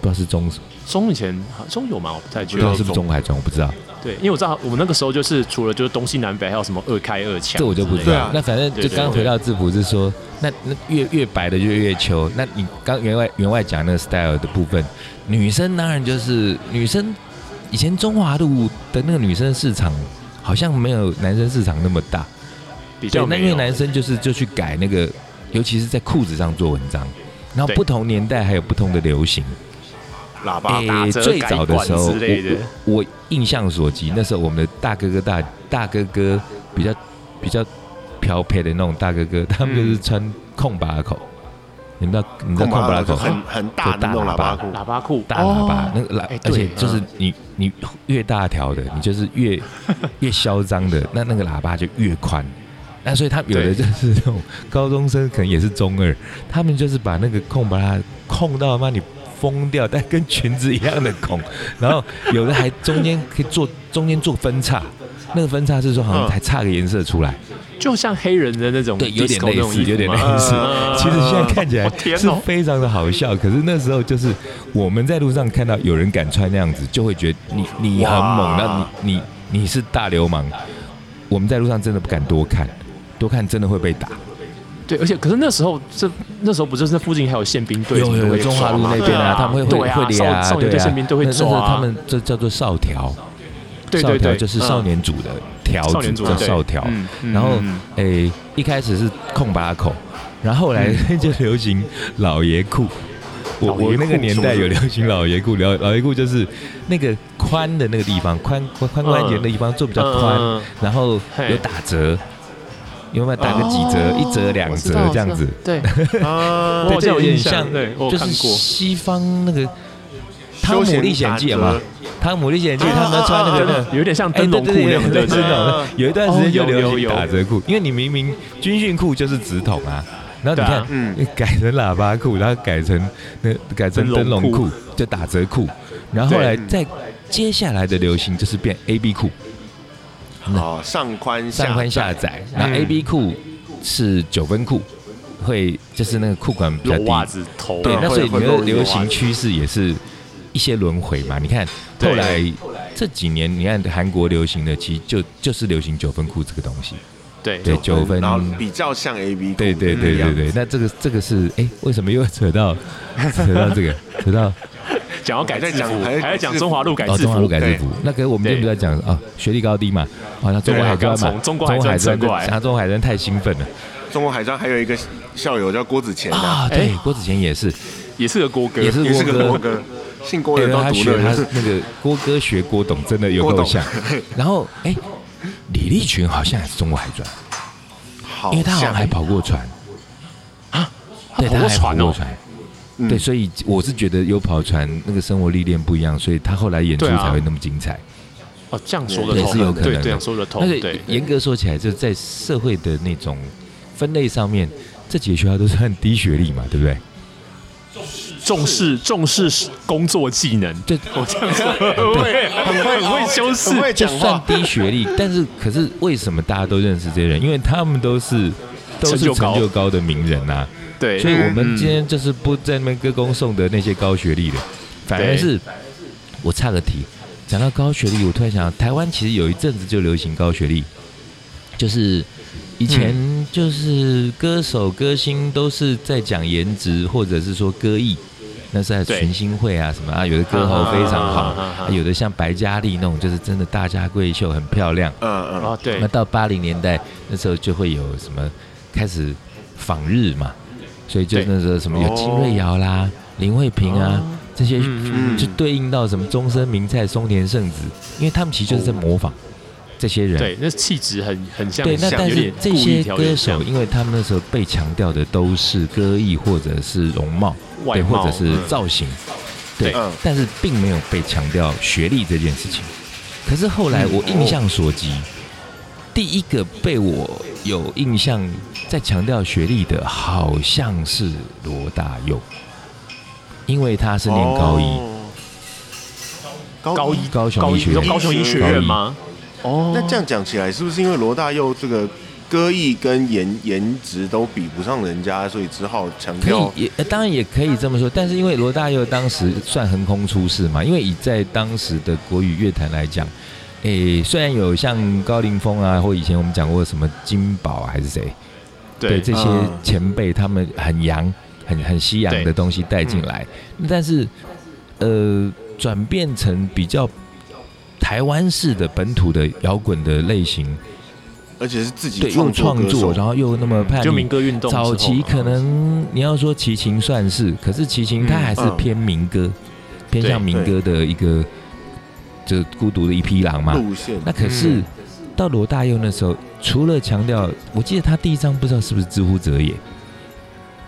S4: 不知道是中什么，
S3: 中以前好中有吗？我不太
S4: 不
S3: 确
S4: 知道
S3: 定。
S4: 是不是中海中，我不知道，
S3: 对，因为我知道我们那个时候就是除了就是东西南北，还有什么二开二强，
S4: 这我就不知
S1: 对
S4: 道
S1: 啊。
S4: 那反正就
S3: 对对
S4: 刚回到制服是说，那那越越白的就越秋。那你刚员外员外讲那个 style 的部分，女生当然就是女生，以前中华路的那个女生市场好像没有男生市场那么大，
S3: 比较，
S4: 对那
S3: 没
S4: 因为
S3: 有
S4: 男生就是就去改那个，尤其是在裤子上做文章，然后
S3: 对
S4: 不同年代还有不同的流行。
S1: 喇叭
S4: 诶
S3: 打折
S4: 最早的时候，
S3: 改管之类的
S4: 我我我印象所及，那时候我们的大哥哥大大哥哥比较比较漂配的那种大哥哥，他们
S3: 嗯
S4: 就是穿空把口，你们知道你知道
S1: 空
S4: 空把
S1: 白
S4: 口
S1: 就很很大的那种喇叭裤，
S3: 喇叭裤
S4: 大喇叭
S3: 哦，
S4: 那个喇
S3: 哎，
S4: 而且
S3: 对
S4: 就是
S3: 嗯
S4: 你你越大条的，你就是 越越嚣张的，那那个喇叭就越宽。那所以他们有的
S3: 对
S4: 就是那种高中生，可能也是中二，他们就是把那个空把它空到妈你疯掉，但跟裙子一样的空，然后有的还中间可以做中间做分叉，那个分叉是说好
S1: 嗯
S4: 像还差个颜色出来，
S3: 就像黑人的那种
S4: 对，有点
S3: disco
S4: 类
S3: 那种
S4: 似，
S3: 衣服
S4: 有点类
S3: 嘛
S4: 似
S3: 嗯。
S4: 其实现在看起来
S3: 哦天
S4: 是
S3: 哦
S4: 非常的好笑，可是那时候就是我们在路上看到有人敢穿那样子，就会觉得你你很猛，
S1: 哇
S4: 那你你你是大流氓。我们在路上真的不敢多看，多看真的会被打。
S3: 对，而且可是那时候这那时候不就是那附近还有宪兵队什
S4: 有
S3: 么都
S4: 有
S3: 会
S4: 有中
S3: 抓
S4: 华路
S3: 嘛
S4: 那边
S3: 对
S4: 啊，他们会
S3: 对
S4: 会
S3: 啊
S4: 会
S3: 少
S4: 连啊，
S3: 少年
S4: 对
S3: 队
S4: 啊，
S3: 宪兵队会
S4: 那那是
S3: 抓啊，
S4: 他们这叫做少条，
S3: 对
S4: 少
S3: 对
S4: 条
S3: 对，
S4: 就是
S3: 嗯
S4: 少年组的条
S3: 少
S4: 子
S3: 年组
S4: 叫
S3: 对
S4: 少条
S3: 嗯，嗯
S4: 然后
S3: 嗯嗯
S4: 诶一开始是空巴口，然后后来就流行老爷裤。我
S3: 老爷
S4: 我那个
S3: 裤
S4: 年
S3: 是不
S4: 代
S3: 是
S4: 有流行老爷裤，老老爷裤就是那个宽的那个地方，宽宽髋关节的地方做比较宽
S3: 嗯嗯嗯，
S4: 然后
S3: 嘿
S4: 有打折，有没有打个几折，一折两折这样子？
S3: 对，
S1: 啊
S3: 我
S4: 对，
S3: 好
S4: 哦这
S3: 像
S4: 有
S3: 有
S4: 点
S3: 印象
S4: 像，
S3: 对我有
S4: 就
S3: 看
S4: 是
S3: 过
S4: 西方那个《汤
S1: 休
S4: 姆
S1: 闲
S4: 历险
S1: 打
S4: 记》嘛，
S1: 折
S4: 《汤姆历险
S3: 啊
S4: 记》他们穿那个
S3: 真的
S4: 那个。
S3: 有点像
S4: 哎
S3: 灯啊笼裤那样
S4: 对
S3: 的，
S4: 对
S3: 真
S4: 灯
S3: 的。
S4: 笼
S1: 啊
S4: 有一段时间就
S3: 哦有
S4: 流
S3: 有
S4: 行
S3: 有
S4: 打折裤，因为你明明军训裤就是直筒啊，然后你
S3: 对啊
S4: 看，你改成喇叭裤，然后改成那改成灯
S3: 灯笼
S4: 笼裤
S3: 裤，
S4: 就打折裤，然后后
S3: 对
S4: 来再接下来的流行就是变 A B 裤，
S1: 哦，上宽下
S4: 上宽下窄，然后
S3: 嗯
S4: A B 裤是九分裤，会就是那个裤管比较
S3: 有
S4: 低，
S3: 袜子头，
S4: 对，
S1: 嗯
S4: 那
S1: 会
S4: 所以你
S1: 会
S4: 的
S1: 漏
S4: 流
S1: 油
S4: 行
S1: 啊
S4: 趋势也是一些轮回嘛。你看后
S3: 对
S4: 来这几年，你看韩国流行的，其实就就是流行九分裤这个东西。
S3: 对
S4: 对，九分。
S1: 嗯
S4: 嗯
S1: 然后比较像 A B，
S4: 对对对对对，那这个这个是哎，为什么又扯到扯到这个扯到
S3: 讲要改制
S1: 还在讲
S3: 服，
S1: 还在
S3: 还在讲
S1: 制服
S3: 中华路改
S4: 哦
S3: 制
S4: 中华
S3: 服
S4: 路，改制服？那可是我们就
S3: 对
S4: 比较讲啊学历高低嘛，好像中国
S3: 对啊
S4: 海专
S3: 刚
S4: 嘛，
S3: 从中国海专
S4: 专
S3: 撑过来
S4: 然后中国海专太兴奋了
S1: 中国海上还有一个校友叫郭子乾啊，
S4: 啊！对
S3: 哎，
S4: 郭子乾也是，
S3: 也是个郭哥，
S4: 也是
S1: 也是个
S4: 郭
S1: 郭
S4: 哥
S1: 哥，姓郭
S4: 对，
S1: 的都
S4: 他
S1: 读
S4: 学哎他
S1: 了，
S4: 那个郭哥学郭董，真的有够像
S1: 郭。
S4: 然后哎、李立群好像也是中国海专，
S1: 好
S3: 哦
S4: 因为他好像
S1: 像嗯
S4: 还跑过船，
S3: 他
S4: 对，
S3: 跑
S4: 他
S3: 过
S4: 还跑
S3: 船
S4: 过
S3: 哦，
S4: 船。
S1: 嗯
S4: 对，所以我是觉得有跑船，那个生活历练不一样，所以他后来演出
S3: 对啊
S4: 才会那么精彩。
S3: 哦，这样说得
S4: 也
S3: 通，
S4: 是有可能
S3: 对，
S4: 的。
S3: 这样说得通，
S4: 但是
S3: 对，
S4: 严格说起来，就在社会的那种分类上面，这几个学校都算低学历嘛，对不对？
S3: 重视重视工作技能，
S4: 对，
S3: 我这样说，很会很会很会修饰，
S1: 很会
S4: 就
S1: 讲
S4: 算
S1: 话，
S4: 低 学历，但是可是为什么大家都认识这些人？因为他们都是都
S3: 成
S4: 是
S3: 就高
S4: 成就高的名人呐、啊
S3: 对，
S4: 所以我们
S3: 嗯
S4: 今天就是不在那边歌功颂德那些高学历的，反而
S3: 对
S4: 是我岔个题，讲到高学历，我突然想到，台湾其实有一阵子就流行高学历，就是以前
S3: 嗯
S4: 就是歌手歌星都是在讲颜值，或者是说歌艺。那是在
S3: 对
S4: 群星会啊什么啊，有的歌喉非常好，
S3: 啊啊啊啊
S4: 啊有的像白嘉莉那种，就是真的大家闺秀，很漂亮。
S1: 嗯嗯，
S3: 啊，对
S4: 那，到八零年代那时候就会有什么开始访日嘛，所以就
S3: 对
S4: 那时候什么有
S1: 哦
S4: 金瑞瑶啦、林慧萍啊这些，
S3: 嗯
S1: 嗯
S4: 就对应到什么终身名菜、松田圣子，因为他们其实就是
S3: 哦
S4: 在模仿这些人。
S3: 对，那气质很很像，
S4: 对，那
S3: 像
S4: 但
S3: 有
S4: 是
S3: 点
S4: 这
S3: 故
S4: 些
S3: 意调
S4: 歌
S3: 有像
S4: 手，因为他们那时候被强调的都是歌艺或者是容貌，
S3: 外
S4: 对，或
S3: 貌
S4: 者是
S3: 嗯
S4: 造型，对
S3: 对，
S1: 嗯
S4: 但是并没有被强调学历这件事情。可是后来
S1: 嗯
S4: 我印象所及，第一个被我有印象在强调学历的，好像是罗大佑，因为他是念高一，
S1: 哦
S3: 高一
S4: 高雄
S3: 高
S4: 医
S3: 一
S4: 学院
S3: 高雄医学院吗？哦
S1: 那这样讲起来，是不是因为罗大佑这个歌艺跟颜颜值都比不上人家，所以只好强
S4: 可
S1: 调
S4: 以也呃当然也可以这么说，但是因为罗大佑当时算横空出世嘛，因为以在当时的国语乐坛来讲，诶、虽然有像高凌风啊，或以前我们讲过什么金宝、啊、还是谁，对
S3: 对
S4: 这些
S1: 嗯
S4: 前辈他们很洋、很很西洋的
S3: 对嗯
S4: 东西带进来，但是呃，转变成比较台湾式的本土的摇滚的类型，
S1: 而且是自己
S4: 对，又
S1: 作
S4: 创
S1: 歌
S4: 作，
S1: 手，
S4: 然后又那么叛
S3: 就民
S4: 逆。
S3: 歌运动之后
S4: 早期可能你要说齐秦算是，可是齐秦它
S3: 嗯
S4: 还是
S1: 嗯
S4: 偏民歌，偏向民歌的一个，就孤独的一匹狼嘛。
S1: 路线
S4: 那可是、
S1: 嗯
S4: 到罗大佑那时候，除了强调，我记得他第一张不知道是不是《知乎者也》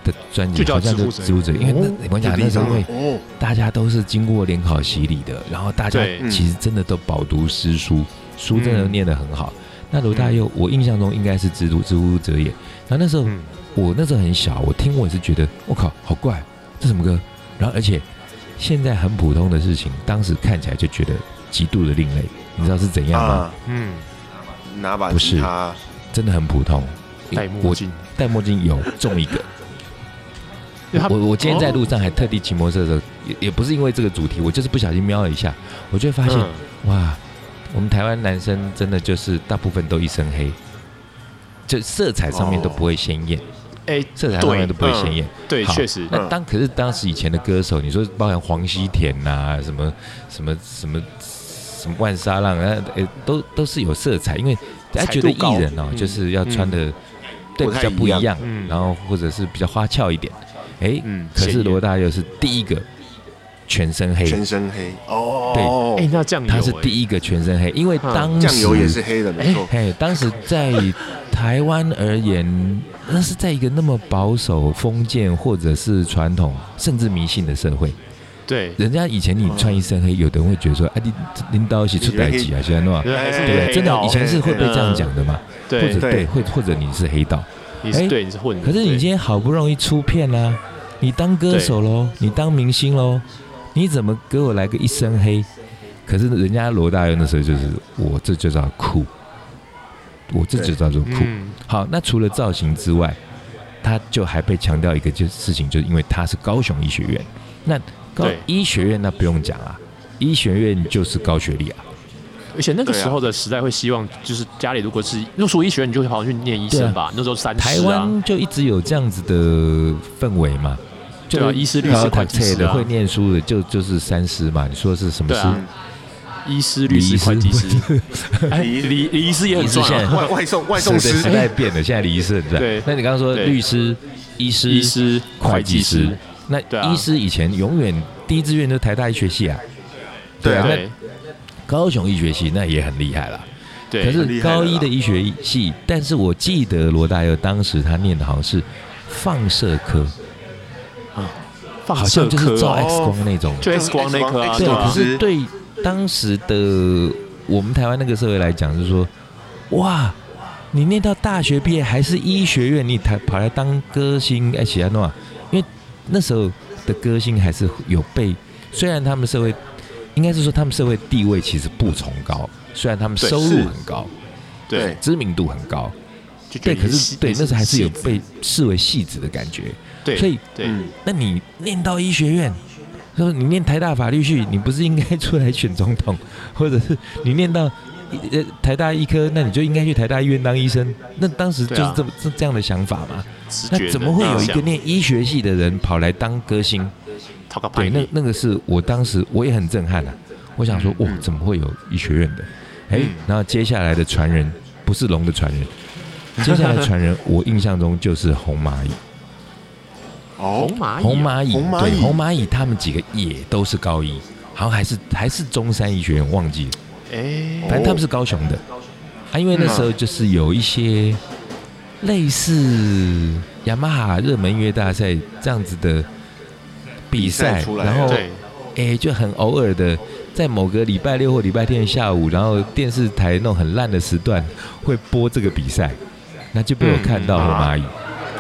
S4: 的专辑，
S3: 就叫
S4: 好像就
S3: 知乎
S4: 《
S3: 者也
S4: 知乎者也》，因为那我跟你讲那时候因为
S1: 哦，
S4: 大家都是经过联考洗礼的，然后大家
S3: 对嗯
S4: 其实真的都饱读诗书，书真的念得很好。那罗大佑，我印象中应该是知读知乎者也。然后那时候、
S3: 嗯
S4: 我那时候很小，我听我也是觉得，我靠，好怪，哦这什么歌？然后而且现在很普通的事情，当时看起来就觉得极度的另类，你知道是怎样吗？
S1: 啊，
S3: 嗯，
S1: 拿把
S4: 不是
S1: 吉他，
S4: 真的很普通。
S3: 戴墨镜，
S4: 我戴墨镜有中一个。
S3: 因为 他
S4: 我我今天在路
S3: 哦
S4: 上还特地骑摩托车的时候，也也不是因为这个主题，我就是不小心瞄了一下，我就会发现、
S3: 嗯
S4: 哇，我们台湾男生真的就是大部分都一身黑，就色彩上面都不会鲜艳。
S3: 哎，
S4: 色彩上面
S3: 对
S4: 都不会鲜艳。
S3: 对，嗯
S4: 好
S3: 确实，
S4: 那当可是当时以前的歌手，你说包含黄西田呐、什么什么什么什么万沙浪，啊，诶，都都是有色彩，因为大家觉得
S3: 彩度高
S4: 艺人哦、
S3: 嗯
S4: 就是要穿的、对
S1: 不
S4: 比
S1: 太
S4: 较不
S1: 一
S4: 一
S1: 样
S4: 样，
S3: 嗯
S4: 然后或者是比较花俏一点。哎、
S1: 嗯
S4: 可
S3: 显
S4: 是
S3: 眼
S4: 罗大佑是第一个全身黑，
S1: 全身黑
S4: 对
S1: 哦，
S3: 哎，那酱油
S4: 他是
S3: 一，
S4: 第一个全身黑，因为
S3: 嗯
S4: 当时
S1: 酱油也是黑的，没错。
S4: 哎嘿，当时在台湾而 言，那是在一个那么保守、封建或者是传统甚至迷信的社会，
S3: 对，
S4: 人家以前你穿一身黑，有的人会觉得说，啊，你领导是出代级啊，现在弄啊，
S3: 对，还是
S1: 哎
S4: 对不
S3: 黑
S4: 对？哎真的
S3: 道
S4: 以前是会被这样讲的嘛，或
S3: 对
S4: 者
S1: 对
S4: 对，或或者你是黑道，
S3: 你是
S4: 哎
S3: 对你是混的，
S4: 可是你
S3: 对
S4: 今天好不容易出片啦、你当歌手喽，你当明星喽，你怎么给我来个一身黑？可是人家罗大佑那时候就是我这就叫酷，我这就叫做酷。
S3: 嗯，
S4: 好，那除了造型之外，他就还被强调一个就事情，就是因为他是高雄医学院，那高
S3: 对
S4: 医学院那不用讲啊，医学院就是高学历啊，
S3: 而且那个
S1: 对啊
S3: 时候的时代会希望，就是家里如果是入读医学院，你就会跑去念医
S4: 对啊
S3: 生吧。那时候三
S4: 台
S3: 师啊，
S4: 湾就一直有这样子的氛围嘛，就
S3: 对啊医师律师
S4: 高
S3: 会计师啊
S4: 的会念书的就就是三师嘛，你说是什么
S3: 对
S4: 师？
S3: 啊，医师、律师、
S4: 礼仪师
S3: 会计师，哎，
S1: 礼仪师
S3: 李李医师也很
S4: 礼仪师
S3: 赚
S4: 现
S3: 啊
S4: 在，
S1: 外外送外送
S4: 是对时
S1: 师，
S4: 代变了，现在礼仪师很在。
S3: 对
S4: 那你刚刚说
S3: 对
S4: 律师、医师、
S3: 医师、
S4: 会
S3: 会
S4: 计
S3: 计
S4: 师
S3: 师，，
S4: 那
S3: 对啊
S4: 医师以前永远第一志愿就是台大医学系啊，
S1: 对啊，
S3: 对
S4: 高雄医学系那也很厉害啦。
S3: 对，
S4: 可
S1: 很厉
S4: 是
S1: 害了啦
S4: 高一的医学系，但是我记得罗大佑当时他念的好像是放射科，
S3: 放
S4: 好
S3: 射
S4: 像就是
S3: 科
S4: 照
S3: 啊，
S4: X 光那种。
S3: 就 X 光那科啊，
S1: X
S4: 对，
S1: 光
S3: 啊
S4: 可是对当时的我们台湾那个社会来讲，就是说，哇，你念到大学毕业还是医学院，你才跑来当歌星，哎，喜安诺，因为那时候的歌星还是有被，虽然他们社会应该是说他们社会地位其实不崇高，虽然他们
S3: 对
S4: 收
S1: 是
S4: 入很高，
S1: 对
S3: 对，
S4: 知名度很高，
S3: 就觉
S4: 对，
S3: 得
S4: 可
S3: 你
S4: 是
S3: 戏
S4: 对
S3: 你
S4: 那时候还是有
S3: 戏子
S4: 被视为戏子的感觉，
S3: 对，
S4: 所以
S3: 对
S1: 嗯
S4: 那你念到医学院，说你念台大法律系，你不是应该出来选总统，或者是你念到呃台大医科，那你就应该去台大医院当医生。那当时就是这么、是这样的想法嘛？
S3: 直觉
S4: 那
S3: 的
S4: 怎么会有一
S3: 想
S4: 个念医学系的人跑来当歌星？
S3: 讨个
S4: 对，
S3: 便
S4: 那
S3: 宜？
S4: 那个是我当时我也很震撼啊！我想说，哇，怎么会有医学院的？哎、然后接下来的传人不是龙的传人，接下来的传人，我印象中就是红蚂蚁。
S1: 哦
S3: 红，蚂蚁啊，
S4: 红蚂蚁，
S1: 红蚂蚁
S4: 对，红蚂蚁他们几个也都是高一，好像还是还是中山医学院，忘记了，
S1: 哦
S3: 哎，
S4: 反正他们是高雄的。啊，因为那时候就是有一些类似雅马哈热门音乐大赛这样子的比
S1: 比
S4: 赛
S1: 赛出，来
S4: 然后
S3: 对，
S4: 哎、就很偶尔的，在某个礼拜六或礼拜天的下午，然后电视台那种很烂的时段会播这个比赛，那就被我看到了蚂蚁，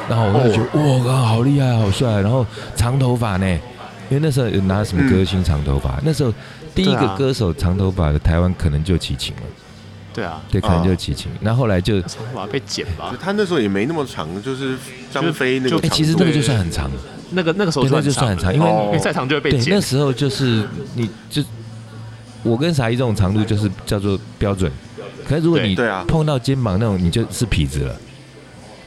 S4: 然后我就觉得、哇，好厉害，好帅，然后长头发呢，因为那时候有拿什么歌星长头发，那时候第一
S3: 对
S4: 个
S3: 啊
S4: 歌手长头发的台湾可能就齐秦了，
S3: 对啊，
S4: 对，可能
S1: 啊
S4: 就齐秦，那后来就哎、
S3: 长头发被剪吧，
S1: 哦他那时候也没那么长，就是哎张飞那个
S3: 就
S1: 长度，
S4: 其实那个就算很长，
S3: 那个那个时候
S4: 对，那就算很长，因为
S1: 哦
S3: 因为再长就会被
S4: 对，
S3: 剪
S4: 那，时候就是你就我跟傻一这种长度就是叫做标准，可是如果
S3: 对
S4: 你
S1: 对啊
S4: 碰到肩膀那种，你就是痞子了。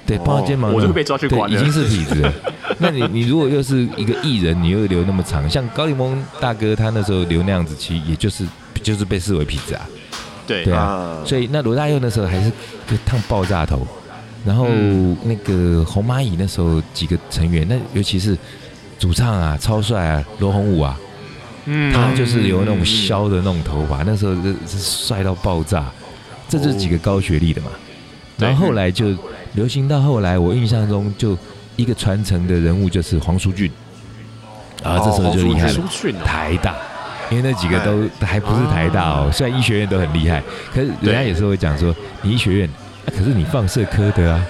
S4: 对，碰到肩膀那
S3: 哦
S4: 种、
S3: 我就被抓去
S4: 对
S3: 管
S4: 已
S3: 了
S4: 经是痞子了。那你你如果又是一个艺人，你又留那么长，像高凌风大哥他那时候留那样子，其实也就是就是被视为痞子啊。
S3: 对
S4: 对啊
S1: 啊，
S3: 嗯
S4: 所以那罗大佑那时候还是就烫爆炸头，然后
S3: 嗯
S4: 那个红蚂蚁那时候几个成员，那尤其是主唱啊，超帅啊，罗洪武啊，
S3: 嗯
S4: 他就是留那种
S3: 削，
S4: 削的那种头发，那时候真是帅到爆炸，这就是几个高学历的嘛。
S3: 对
S4: 然后后来就流行到后来，我印象中就一个传承的人物就是黄舒骏，啊，这时候就厉
S1: 黄
S4: 害了
S1: 舒
S3: 苏，哦俊啊，
S4: 台大，因为那几个都还不是台大哦，虽然医学院都很厉害，可是人家
S3: 哎对
S4: 也是会讲说，你医学院，啊可是你放射科的啊，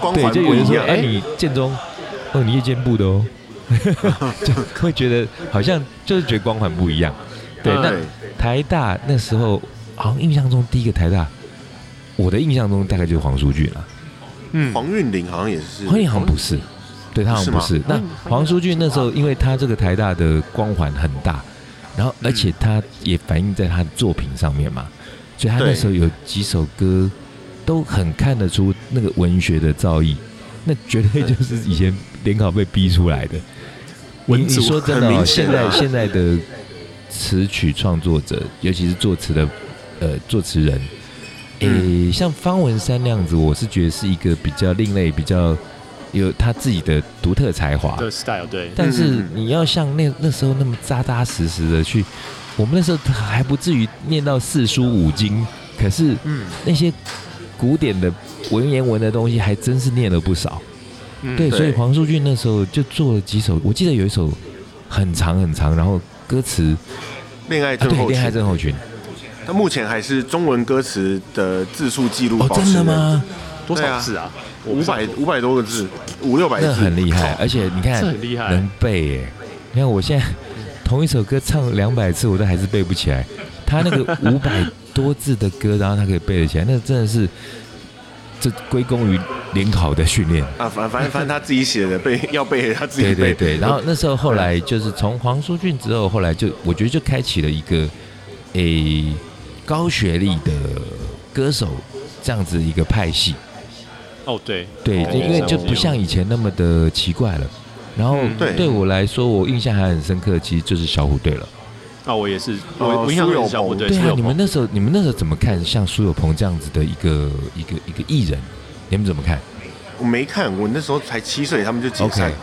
S1: 光
S4: 对，
S1: 环
S4: 就
S1: 不
S4: 有人
S1: 一
S4: 说，
S1: 样，
S4: 哎，你建中，哦，你夜间部的 哦， 就会觉得好像就是觉得光环不一样。对，那
S1: 对
S4: 台大那时候好像印象中第一个台大，我的印象中大概就是黄淑俊了，
S3: 嗯，
S1: 黄韵玲好像也是，
S4: 黄颖好像不是，对他好像不是。那黄淑俊那时候，因为他这个台大的光环很大，然后而
S1: 嗯
S4: 且他也反映在他的作品上面嘛，所以他那时候有几首歌都很看得出那个文学的造诣。那绝对就是以前联考被逼出 来的。你
S3: 文
S4: 你
S3: 组
S4: 说真的
S1: 很
S4: 哦、
S1: 明显
S4: 现在
S1: 啊
S4: 现在的词曲创作者，尤其是作词的呃作词人，诶、
S1: 嗯
S4: 像方文山那样子，我是觉得是一个比较另类、比较有他自己的独特才华。
S3: 的 style 对，
S4: 但
S1: 嗯
S4: 是
S1: 嗯
S4: 你要像那那时候那么扎扎实实的去，我们那时候还不至于念到四书五经，可是
S1: 嗯，
S4: 那些古典的文言文的东西还真是念了不少。
S1: 嗯
S4: 对，所以黄淑俊那时候就做了几首，我记得有一首很长很长，然后歌词
S1: 恋爱
S4: 啊，
S1: 症
S4: 对，
S1: 候
S4: 恋爱
S1: 群，
S4: 症候群，
S1: 他目前还是中文歌词的字数记录
S4: 哦，
S1: 保
S4: 真
S1: 持
S4: 的
S1: 人
S4: 吗？
S3: 多
S1: 对
S3: 少
S1: 啊
S3: 字啊？我
S1: 五百五百多个字，五六百字，
S4: 那很厉害，而且你看，
S3: 这很厉害
S4: 能背耶。你看我现在同一首歌唱两百次，我都还是背不起来。他那个五百多字的歌，然后他可以背得起来，那真的是这归功于联考的训练。
S1: 啊，反反正反正他自己写的背要背他自己
S4: 对
S1: 背，
S4: 对对，然后那时候后来就是从黄舒骏之后，后来就我觉得就开启了一个诶高学历的歌手这样子一个派系。
S3: 哦对
S4: 对，
S3: 哦
S4: 因为就不像以前那么的奇怪了。然后
S1: 嗯对
S4: 对我来说，我印象还很深刻，其实就是小虎队了。
S3: 啊，我也是，
S1: 哦
S3: 我我印象
S1: 苏有
S3: 很小，
S1: 朋
S3: 我对
S4: 对
S3: 苏
S4: 啊
S3: 有，
S4: 你们
S3: 朋
S4: 那时候，你们那时候怎么看像苏有朋这样子的一个一个一个艺人？你们怎么看
S1: 我没看，我那时候才七岁，他们就解散
S4: ？OK，，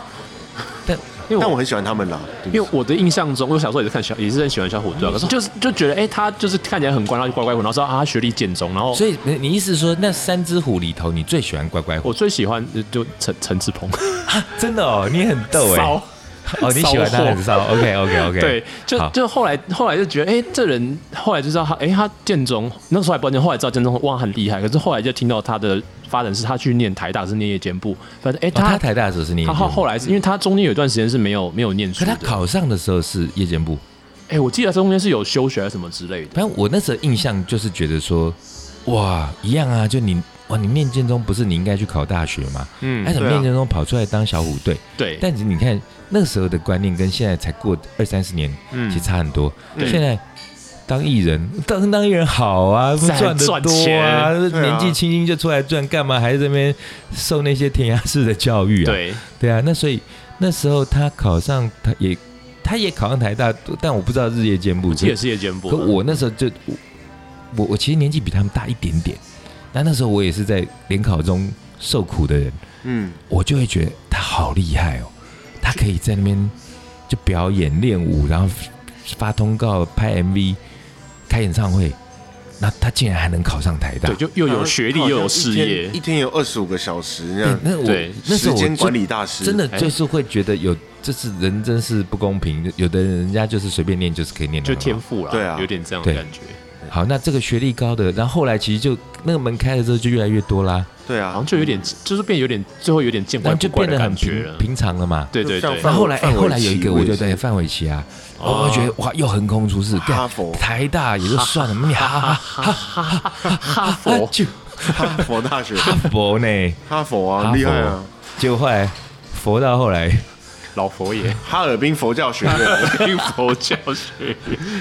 S4: 但
S3: 因
S1: 但
S3: 为我
S1: 我很喜欢他们啦，对不起
S3: 因为我的印象中，我小时候也是看小，也是很喜欢小虎队啊，可
S1: 嗯
S3: 是就是就觉得，哎、他就是看起来很乖，然后就乖乖虎，然后说啊，他学历建中，然后
S4: 所以你你意思是说，那三只虎里头，你最喜欢乖乖虎
S3: 我？最喜欢呃就陈陈志鹏，
S4: 真的哦，你很逗哎、
S3: 骚
S4: 哦，你喜欢他
S3: 骚货
S4: 很骚，OK OK OK，
S3: 对，就
S4: 好
S3: 就后来后来就觉得，哎、这人后来就知道他，哎、他建中那时候还不知道，后来知道建中哇很厉害，可是后来就听到他的发展是他去念台大，是念夜间部，反正哎、
S4: 哦、
S3: 他
S4: 他台大的时候是你，
S3: 他后后
S4: 来，
S3: 来是因为他中间有一段时间是没有没有念书
S4: 可
S3: 的，
S4: 他考上的时候是夜间部，
S3: 哎、我记得他中间是有休学还是什么之类的，
S4: 反正我那时候印象就是觉得说，哇，一样啊，就你哇，你念建中不是你应该去考大学吗？哎
S3: 嗯
S4: 他怎么
S1: 对啊
S4: 念建中跑出来当小虎队？
S3: 对，啊
S4: 但是你看那时候的观念跟现在才过二三十年，
S3: 嗯
S4: 其实差很多。
S1: 对
S4: 现在当艺人，当当艺人好啊，
S3: 在
S4: 赚的
S3: 赚
S4: 多啊，
S3: 钱
S1: 对啊
S4: 年纪轻轻就出来赚，干嘛还在那边受那些填鸭式的教育啊？
S3: 对，
S4: 对啊，那所以那时候他考上，他也他也考上台大，但我不知道日夜兼部。
S3: 这也是夜间部
S1: 啊
S4: 可，我那时候就我我我其实年纪比他们大一点点，那那时候我也是在联考中受苦的人，
S1: 嗯，
S4: 我就会觉得他好厉害哦，他可以在那边就表演练舞，然后发通告、拍 MV、开演唱会，那他竟然还能考上台大
S3: 啊对，。就又有学历又有事
S1: 好像一
S3: 业
S1: 天一，天有二十五个小时那
S4: 对
S1: 样，
S4: 那我
S3: 对
S4: 那时
S1: 时
S4: 候我
S1: 间
S4: 就
S1: 管理大师
S4: 真的
S3: 哎
S4: 就是会觉得有，这是人真是不公平。有的人家就是随便念就是可以念的，
S3: 就天赋啦，
S1: 对啊
S3: 有点这样的
S4: 对
S3: 感觉，
S4: 好。那这个学历高的，然后后来其实就那个门开了之后就越来越多啦，
S1: 对
S3: 好像
S1: 啊，
S3: 就有点就是变有点最后有点见
S4: 然
S3: 怪
S4: 后就
S3: 不怪的
S4: 变得很
S3: 感觉
S4: 平
S3: 了，
S4: 平常了嘛。
S3: 对对
S1: 就
S3: 对，
S1: 像
S4: 那后来，哎，
S1: 范玮
S4: 后来有一个，
S1: 范玮
S4: 我
S1: 琪
S4: 就对范玮琪啊，
S3: 哦
S4: 我觉得哇，又横空出世，干
S1: 哈佛
S4: 台大也就算了，你哈哈哈
S3: 哈
S4: 哈
S3: 佛
S4: 就
S1: 哈佛大学，
S4: 哈佛呢，
S1: 哈佛啊，
S4: 哈佛
S1: 厉害啊，
S4: 就后来哎佛到后来，
S3: 老佛爷，
S1: 哈尔滨佛教学 院，
S3: 佛教学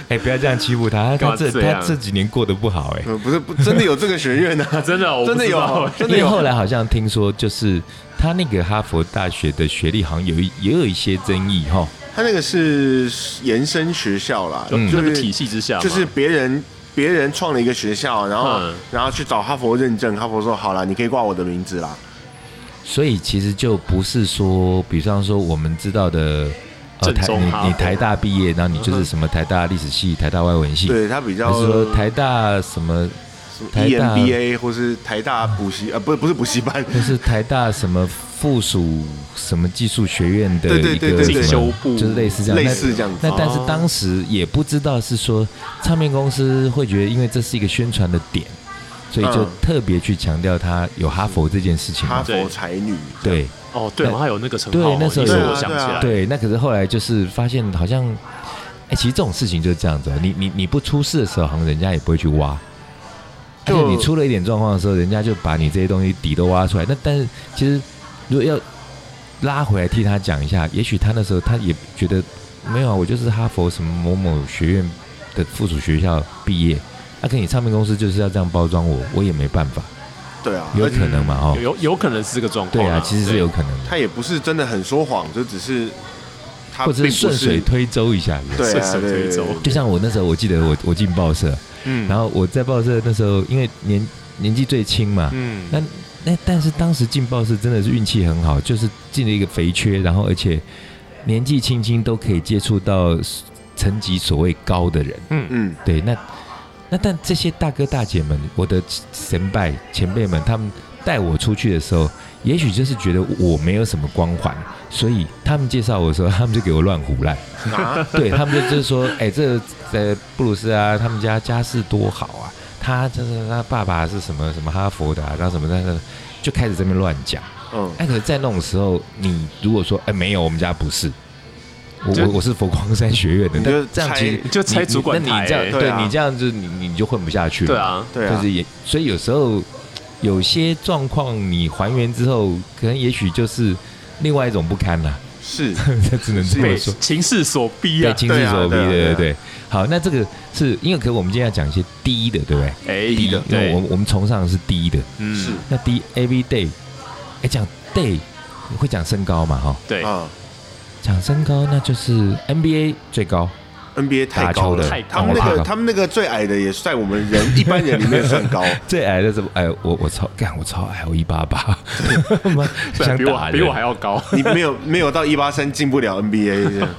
S4: 哎，不要这样欺负他，
S3: 干
S4: 他
S3: 嘛
S4: 这
S3: 这
S4: 他
S3: 样
S4: 这几年过得不好哎。
S1: 呃不是不真的有这个学院 啊，
S3: 真的我不
S1: 真的
S3: 知道
S1: 有
S3: 哎，
S1: 真
S4: 因
S1: 的
S4: 为
S1: 有，
S4: 后来好像听说，就是他那个哈佛大学的学历好像有一也有一些争议哈。
S1: 他那个是延伸学校啦，
S4: 嗯
S1: 就
S3: 那
S1: 是
S3: 个体系之下嘛，
S1: 就是别人别人创了一个学校，然后、
S3: 嗯
S1: 然后去找哈佛认证，哈佛说好了，你可以挂我的名字啦。
S4: 所以其实就不是说，比方说我们知道的，呃
S3: 正
S4: 台
S3: 宗哈佛
S4: 你你台大毕业，然后你就是什么台大历史系、台大外文
S3: 嗯
S4: 系，
S1: 对他比较 E
S4: 还是说台大什么，台大
S1: EMBA 或是台大补习呃不不是补习 班，
S4: 就是台大什么附属什么技术学院的
S1: 对对
S4: 一
S1: 对
S4: 个
S1: 对
S4: 什么
S1: 进
S3: 修部
S4: 就是类似这样，
S1: 类
S4: 那
S1: 似这样子
S4: 那但是
S3: 哦
S4: 当时也不知道是说唱片公司会觉得，因为这是一个宣传的点，所以就
S1: 嗯
S4: 特别去强调他有哈佛这件事情嘛。
S1: 哈
S3: 对
S1: 佛才女。
S4: 对
S3: 哦，对，
S4: 那
S3: 我还有那个称
S4: 对
S3: 号哦，
S4: 那时候
S3: 你
S4: 有
S3: 说我想起
S1: 对啊
S3: 来，
S4: 对，那可是后来就是发现好像，哎、其实这种事情就是这样子、哦，你你你不出事的时候，好像人家也不会去挖。而
S1: 就
S4: 且你出了一点状况的时候，人家就把你这些东西底都挖出来。那但是其实如果要拉回来替他讲一下，也许他那时候他也觉得没有啊，我就是哈佛什么某某学院的附属学校毕业，那、跟你唱片公司就是要这样包装我，我也没办法。
S1: 对啊，
S4: 有
S1: 而且
S4: 可能嘛？哦，
S3: 有有有可能是这个状况
S4: 对
S3: 啦。
S4: 啊，其实是有可能的，
S1: 他也不是真的很说谎，就只是他
S4: 或者
S1: 并
S4: 是
S1: 不
S4: 顺水
S1: 是
S4: 推舟一下子。
S1: 对啊
S3: 顺水推
S1: 对
S3: 舟
S1: 对对
S4: 就像我那时候，我记得我我进报社，
S1: 嗯
S4: 然后我在报社那时候，因为年年纪最轻嘛，
S1: 嗯
S4: 那那但是当时进报社真的是运气很好，就是进了一个肥缺，然后而且年纪轻轻都可以接触到层级所谓高的人，
S1: 嗯
S4: 对，那那但这些大哥大姐们，我的神拜前辈们，他们带我出去的时候，也许就是觉得我没有什么光环，所以他们介绍我的时候，他们就给我乱胡乱，
S1: 啊，
S4: 对他们就就是说，哎、这个呃布鲁斯啊，他们家家世多好啊，他这是他爸爸是什么什么哈佛的、啊，然后什么那个就开始这边乱讲。
S1: 嗯
S4: 哎、可是在那种时候，你如果说哎、没有，我们家不是，我
S3: 就
S4: 我我是佛光山学院的，
S1: 你
S4: 但
S1: 就
S4: 这样其实
S1: 拆
S3: 就拆
S4: 你
S3: 主管
S4: 那
S3: 台
S4: 你这
S3: 欸
S4: 样
S1: 对啊
S4: 你这样就你你就混不下去了，
S3: 对，啊，
S1: 对啊
S4: 就是，也所以有时候有些状况你还原之后，可能也许就是另外一种不堪啦，
S1: 是
S4: 这只能这么
S3: 被
S4: 说。
S3: 情势所逼
S4: 对，
S3: 啊。
S4: 情势所逼，
S1: 对啊
S4: 对
S1: 对啊
S4: 对
S1: 对
S4: 对。好，那这个是因为可我们今天要讲一些低的，对不对？
S3: 哎，
S1: 低的
S4: 因为
S3: 对
S4: 我们我们崇尚的是低的。
S3: 嗯
S1: 是
S4: 那低 every day，哎，讲 day 会讲身高嘛？哈，
S3: 对，
S1: 啊
S4: 讲身高那就是 NBA 最高，
S1: ，NBA 太高
S4: 打
S1: 了
S4: 球的，
S3: 太
S1: 他
S3: 高
S1: 们那
S4: 太高
S1: 个他们那个最矮的也是在我们人一般人里面算 高，
S4: 最矮的是哎，我我超干，我超矮，我一八八，妈
S3: 对
S4: 想
S3: 比
S4: 打
S3: 我比
S4: 人
S3: 我还要高。
S1: 你没有没有到一八三进不了 NBA 这样。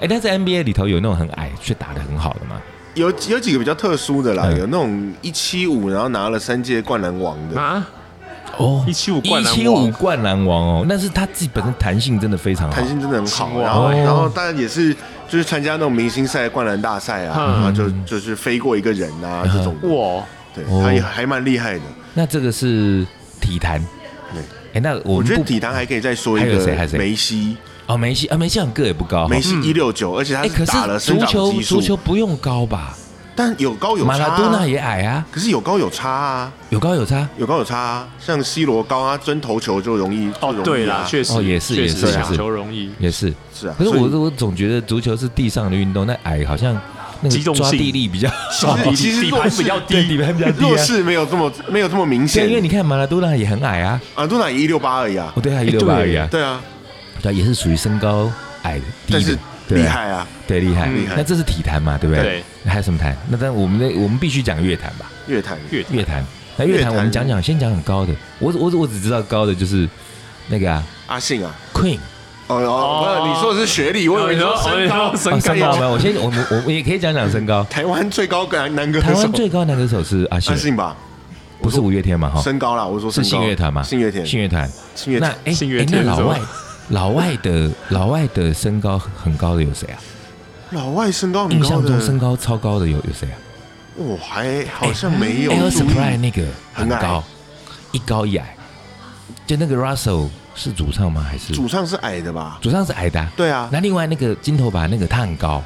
S4: 哎，但是 NBA 里头有那种很矮却打得很好的嘛？
S1: 有有几个比较特殊的啦，
S4: 嗯
S1: 有那种一七五，然后拿了三届灌篮王的，
S3: 啊，
S4: 哦
S3: 175灌篮王
S4: 一七五灌篮王哦，那是他自己本身弹性真的非常好
S1: 弹。性真的很好。啊
S3: 哇
S1: 然后
S4: 哦
S1: 然后当然也是就是参加那种明星赛、灌篮大赛啊，
S3: 嗯
S1: 然后就就是飞过一个人啊
S4: 嗯
S1: 这种，
S3: 哇，
S1: 对
S4: 哦，
S1: 他也还蛮厉害的。
S4: 那这个是体坛，
S1: 对，
S4: 哎，那我
S1: 我
S4: 们
S1: 觉得
S4: 不
S1: 体坛还可以再说一
S4: 还有谁还
S1: 个
S4: 有谁
S1: 梅西，
S4: 哦，梅西啊，梅西好像个也不高哈。
S1: 梅西一六九，而且他
S4: 哎，可
S1: 打了
S4: 是
S1: 生
S4: 足
S1: 长
S4: 球
S1: 激素，
S4: 足球不用高吧？
S1: 但有高有
S4: 马
S1: 差
S4: 拉多纳
S1: 啊。
S4: 也矮啊，
S1: 可是有高有差啊，
S4: 有高有差。
S1: 有高有差啊，像 C 罗高啊，真头球就容易就容易
S3: 哦，
S1: 啊
S3: 对啦，确实，
S4: 哦也是
S3: 确
S4: 也
S3: 实
S4: 是
S1: 也是
S3: 抢球容易，
S4: 也是，
S1: 是啊。
S4: 可是
S1: 所以
S4: 我我总觉得足球是地上的运动，那矮好像那
S3: 机
S4: 个
S3: 动性
S4: 抓地力比较
S1: 其
S4: 少，
S1: 实其实
S3: 哦底
S1: 弱
S3: 盘
S1: 势
S3: 比较
S4: 对
S3: 低，
S4: 底盘比较低
S1: 弱
S4: 啊。
S1: 势没有这么没有这么明
S4: 对，
S1: 显，
S4: 因为你看马拉多纳也很矮啊，
S1: 啊，多拿一六八而已啊
S4: 哦，，对啊，一六八而已啊，
S1: 对啊，
S4: 对啊，也是属于身高矮的
S1: 但
S4: 低的
S1: 是，
S4: 对
S1: 厉
S4: 啊，
S1: 害啊，
S4: 对厉害
S1: 嗯厉害
S4: 那这是体坛嘛，对不对？
S3: 对
S4: 对，还有什么坛？那但我们那我们必须讲乐坛吧。
S1: 乐坛
S3: 越
S4: 乐坛，那乐
S1: 乐
S4: 坛
S1: 坛
S4: 我们讲讲，先讲很高的。我我我只知道高的就是那个啊
S1: 阿信啊，
S4: ，Queen。
S1: 哦哦，
S3: 哦
S1: 不是，你说的是学历，我以为你说身高。
S3: 哦你说
S4: 哦，
S3: 身
S4: 身
S3: 高
S4: 高吗？我先我们我我也可以讲讲身高
S1: 台湾最高男男歌
S4: 台湾
S1: 手，
S4: 最高男歌手是阿信
S1: 阿，信吧，
S4: 不是五月天嘛？哈，
S1: 身高啦，我说
S4: 是
S1: 身高
S4: 信乐团嘛？
S1: 信乐团，
S4: 信乐团。
S1: 信乐
S4: 那
S1: 团，
S4: 哎
S3: 信乐
S4: 哎那
S3: 天是
S4: 老
S3: 什么
S4: 外老外的老外的身高很高的有谁啊？
S1: 老外身高很
S4: 印
S1: 高
S4: 象中
S1: 的，
S4: 身高哎超高的有有谁啊？
S1: 我还好像没有
S4: Air
S1: 注
S4: Supply
S1: 意，
S4: 那个很
S1: 很矮
S4: 高，一高一矮。就那个 Russell 是主唱吗？还是
S1: 主唱是矮的吧？
S4: 主唱是矮的啊？
S1: 对啊，
S4: 那另外那个金头发那个他很高，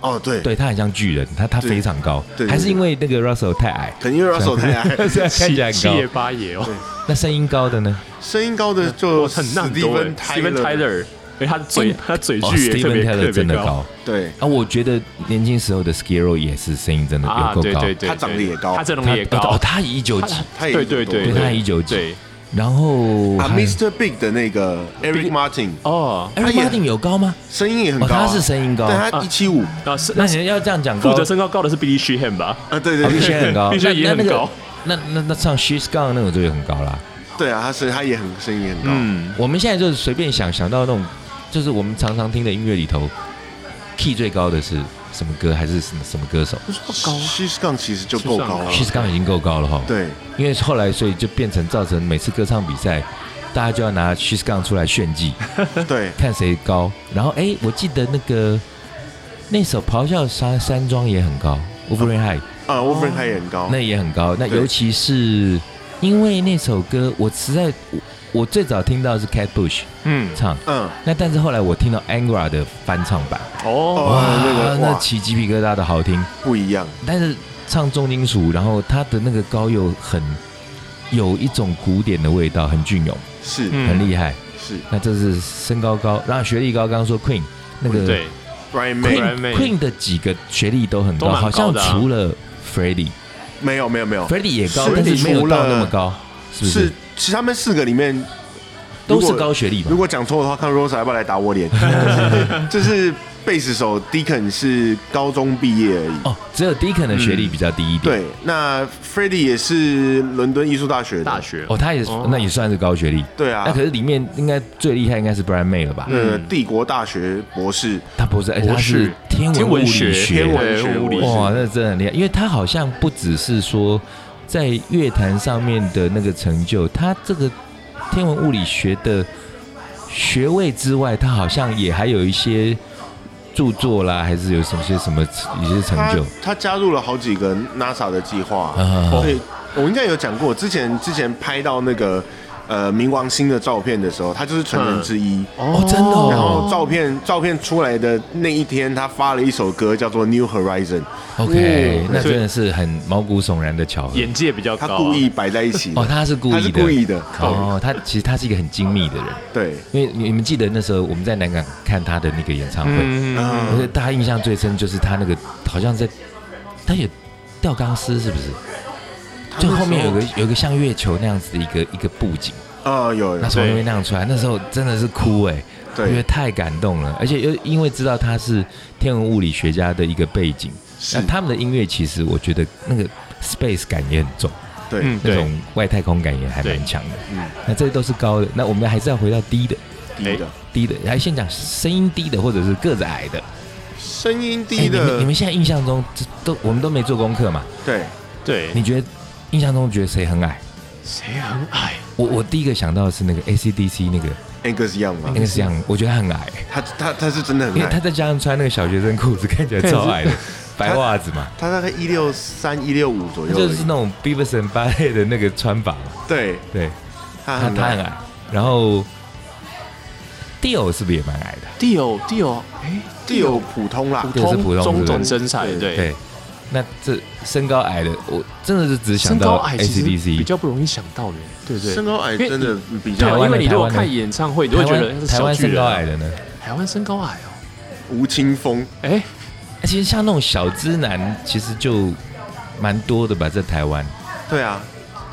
S1: 哦对，
S4: 对他很像巨人，他他
S1: 对
S4: 非常高
S1: 对，对
S4: 还是因为那个 Russell 太矮，
S1: 肯定 Russell 太矮，
S4: 虽然看起来
S3: 七七
S4: 很
S3: 爷
S4: 高，
S3: 八爷哦，
S4: 那声音高的呢？
S1: 声音高的就
S3: 我很那很多欸
S1: Steven
S3: Steven Tyler，因为他的嘴他嘴
S4: 哦
S3: 距也特
S4: ，Steven
S3: 别
S4: Taylor
S3: 特
S4: 真
S3: 别
S4: 的
S3: 高
S4: 高
S1: 对，
S4: 啊！我觉得年轻时候的 Skiro 也是声音真的
S3: 啊，
S4: 有够
S3: 对
S4: 高，
S3: 对对，
S1: 他长得也高
S3: 他阵容
S4: 他
S3: 也
S4: 哦
S3: 高，，
S4: 他一九几，
S1: 他也
S3: 对对对，
S4: 对他一九几，
S3: 对
S4: 然后
S1: 啊
S4: 还
S1: ，Mr. Big 的那个 Eric Martin
S3: 哎哦，
S4: Eric
S1: 也
S4: Martin 有高吗？
S1: 声音也很
S4: 哦，
S1: 高啊，
S4: 他是声音高，
S1: 对他一七五
S3: 那是
S4: 那
S3: 那
S4: 你要这样讲高，
S3: 负责身高高的是 Billy Sheehan 吧？
S1: 啊，对对
S4: 哦，必须
S1: 对，
S4: 很高，
S3: 必须也
S4: 那那那
S3: 很
S4: 个
S3: 高
S4: 那那那唱 She's Gone 那种就很高啦。
S1: 对啊，他是他也很声音很高，
S3: 嗯，
S4: 我们现在就是随便想想到那种，就是我们常常听的音乐里头，key 最高的是什么歌，还是什么什么歌手
S1: 高，She's Gone 其实就够高了，
S4: ？She's Gone 已经够高了哈。，
S1: 对，
S4: 因为后来所以就变成造成每次歌唱比赛，大家就要拿 She's Gone 出来炫 技，
S1: 对，
S4: 看谁高。然后哎，我记得那个那首《咆哮山山庄》也很高 w o l v e r i n High
S1: 啊，Wolverine 他也很高
S4: 那，也很高。那
S1: 对
S4: 尤其是因为那首歌，我实在我我最早听到是 Cat Bush
S3: 嗯，
S4: 唱。
S1: 嗯，
S4: 那但是后来我听到 Angra 的翻唱版，
S3: 哦，
S1: 哇那个哇
S4: 那起鸡皮疙瘩的好听，
S1: 不一样，
S4: 但是唱重金属，然后它的那个高又很有一种古典的味道，很隽永，
S1: 是
S3: 嗯
S4: 很厉害。
S1: 是
S4: 那这是身高高，然后学历高，刚刚说 Queen 那
S1: 嗯
S4: 个
S3: 对，
S1: ，Brian May
S3: Brian
S4: Queen
S3: May
S4: Queen 的几个学历都很高，
S3: 都蛮
S4: 好
S3: 高
S4: 像
S3: 的啊
S4: 除了 Freddie，Freddie
S1: 没有没有没有，
S4: 也高，
S1: 是
S4: 但是没
S1: 嗯
S4: 有
S1: 除
S4: 到
S1: 了
S4: 那么高。是不
S1: 是
S4: 是？
S1: 是他们四个里面
S4: 都是
S1: 如果
S4: 高学历吧
S1: 如？果讲错的话，看 Rosa 要不要来打 我脸。这是贝斯手 Deacon 是高中毕业而已。
S4: 哦，只有 Deacon 的学历比较低一
S1: 嗯
S4: 点。
S1: 对，那 f r e d d y 也是伦敦艺术大学的
S3: 大，学
S4: 哦，他也是那也算是高学历。
S1: 对啊
S4: 那可是嗯里面应该最厉害应该是 Brian May 了吧？
S1: 呃，帝国大学博士，
S4: 他不是，哎，他
S3: 博
S4: 是
S3: 士
S4: 天文物理
S3: 学
S4: 学
S1: 天文学
S3: 对物理
S1: 我
S4: 哇，那真的很厉害，因为他好像不只是说在乐坛上面的那个成就，他这个天文物理学的学位之外，他好像也还有一些著作啦，还是有什么些什么一些成
S1: 他
S4: 就。
S1: 他加入了好几个 NASA 的计划，
S4: 啊
S1: 所以我应该有讲过，之前之前拍到那个呃冥王星的照片的时候，他就是成员之一。
S4: 哦，真的
S1: 然
S4: 哦
S1: 后照片照片出来的那一天，他发了一首歌叫做《New Horizon》，
S4: ，OK，
S3: 哦
S4: 那
S3: 所以
S4: 真的是很毛骨悚然的巧合。
S3: 眼界比较
S1: 他
S3: 高，
S1: 故意摆在一起的。
S4: 哦，他是故意的，
S1: 他是故意的
S4: 哦，他其实他是一个很精密的人，
S1: 对，
S4: 因为你们记得那时候我们在南港看他的那个演唱会，
S1: 啊
S3: 嗯，
S4: 我觉得大家印象最深就是他那个好像在，他有吊钢丝是不是？就后面有个有个像月球那样子的一个一个布景，
S1: 啊有有
S4: 那从那边那样出来，那时候真的是哭哎、因
S1: 对
S4: 为太感动了，而且又因为知道他是天文物理学家的一个背景，那他们的音乐其实我觉得那个 space 感也很重，
S1: 对
S3: 嗯
S4: 那
S3: 对
S4: 种外太空感也还蛮
S3: 对
S4: 强的。
S1: 嗯
S4: 那这都是高的，那我们还是要回到低的，
S1: 低的
S4: 低的，来先讲声音低的或者是个子矮的。
S1: 声音
S4: 哎
S1: 低
S4: 你们你
S1: 的
S4: 们现在印象中，这都我们都没做功课嘛？
S1: 对
S3: 对，
S4: 你觉得印象中觉得谁很矮？
S3: 谁很矮？
S4: 我我第一个想到的是那个 ACDC 那个
S3: 哦
S1: Angus Young 嘛
S4: 那，个是这样，我觉得他很矮，
S1: 他他他是真的很
S4: 哎因为他
S1: 矮，
S4: 再加上穿那个小学生裤子，看起来超 矮的，白袜子嘛，
S1: 他大概一六三一六五左
S4: 他
S1: 右而已，
S4: 就是那种 Beaverson 芭蕾的那个穿法嘛。
S1: 对
S4: 对，
S1: 他
S4: 他
S1: 很
S4: 他很
S1: 矮，
S4: 矮，然后 Dio 是不是也蛮矮的？
S3: 地友地友，哎，
S1: 地有普通啦，
S4: 这是普通
S3: 中
S4: 是
S3: 等
S4: 不是
S3: 身材，对
S4: 对，那这身高矮的，我真的是只想
S3: 身高
S4: 到
S3: 矮其实比
S4: ACDC。
S3: 较不容易想到的，对不对？
S1: 身高矮
S3: 因为
S1: 真的比
S3: 对
S1: 较
S3: 啊，
S4: 台湾
S3: 因
S4: 的
S3: 为你如果
S4: 台湾的
S3: 看演唱会，你就
S4: 台
S3: 会觉得
S4: 湾
S3: 是
S4: 台
S3: 小
S4: 湾
S3: 巨
S4: 身
S3: 人
S4: 高
S3: 啊
S4: 矮，的呢？
S3: 台湾身高矮哦，
S1: 吴青峰，
S3: 哎，
S4: 哎其实像那种小资男，其实就蛮多的吧，在台湾。
S1: 对啊，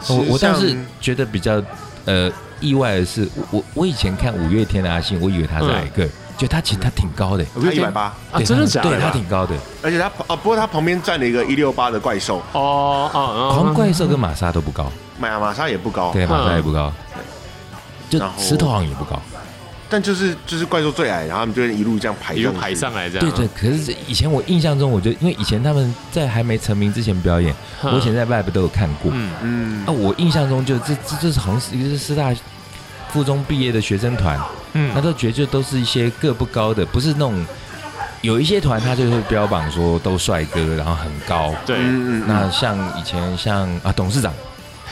S4: 我我倒是
S1: 像
S4: 觉得比较呃意外的是，我我我以前看五月天的阿信，我以为他是矮个儿，就他其实他挺高的，
S1: 他一百八，
S3: 嗯啊，
S4: 对
S3: 真的
S4: 他
S3: 假的？嗯
S4: 对他挺高的，
S1: 而且他旁啊，不过他旁边站了一个一六八的怪兽，
S3: 哦哦哦，
S4: 狂怪兽跟玛莎都不高，
S1: 马马莎也不高，
S4: 对，玛
S3: 嗯
S4: 莎也不高，就
S1: 然后
S4: 石头好像也不高，
S1: 但就是就是怪兽最矮，然后他们就一路这样排
S3: 一路
S1: 去
S3: 排上来这
S4: 对
S3: 样，
S4: 对。可是以前我印象中，我觉得因为以前他们在还没成名之前表演，
S3: 嗯
S4: 我以前在 Vibe 都有看过，
S3: 嗯，
S1: 嗯
S4: 那，我印象中就这这这是好像是一个是师大附中毕业的学生团，
S3: 嗯
S4: 那都觉得就都是一些个不高的，不是那种有一些团他就会标榜说都帅哥，然后很高。
S3: 对，
S1: 嗯
S4: 那像以前像啊董事长，
S1: 哦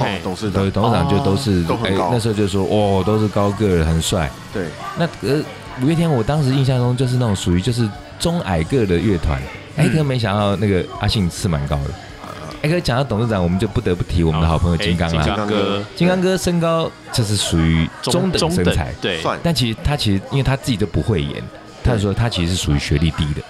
S3: 嘿
S1: 董事
S4: 对
S1: 长，
S4: 董事长就都是哎
S1: 都很高
S4: 那时候就说哦都是高个儿很帅。
S1: 对，
S4: 那呃五月天我当时印象中就是那种属于就是中矮个的乐团，哎可没想到那个阿信是蛮高的。哎可讲到董事长，我们就不得不提我们的好朋友
S3: 哎
S4: 金刚啊啦。
S3: 金刚哥
S4: 金刚哥身高就是属于中等身材，
S3: 对，
S1: 算，
S4: 但其实他其实因为他自己都不会演，他说他其实是属于学历低的。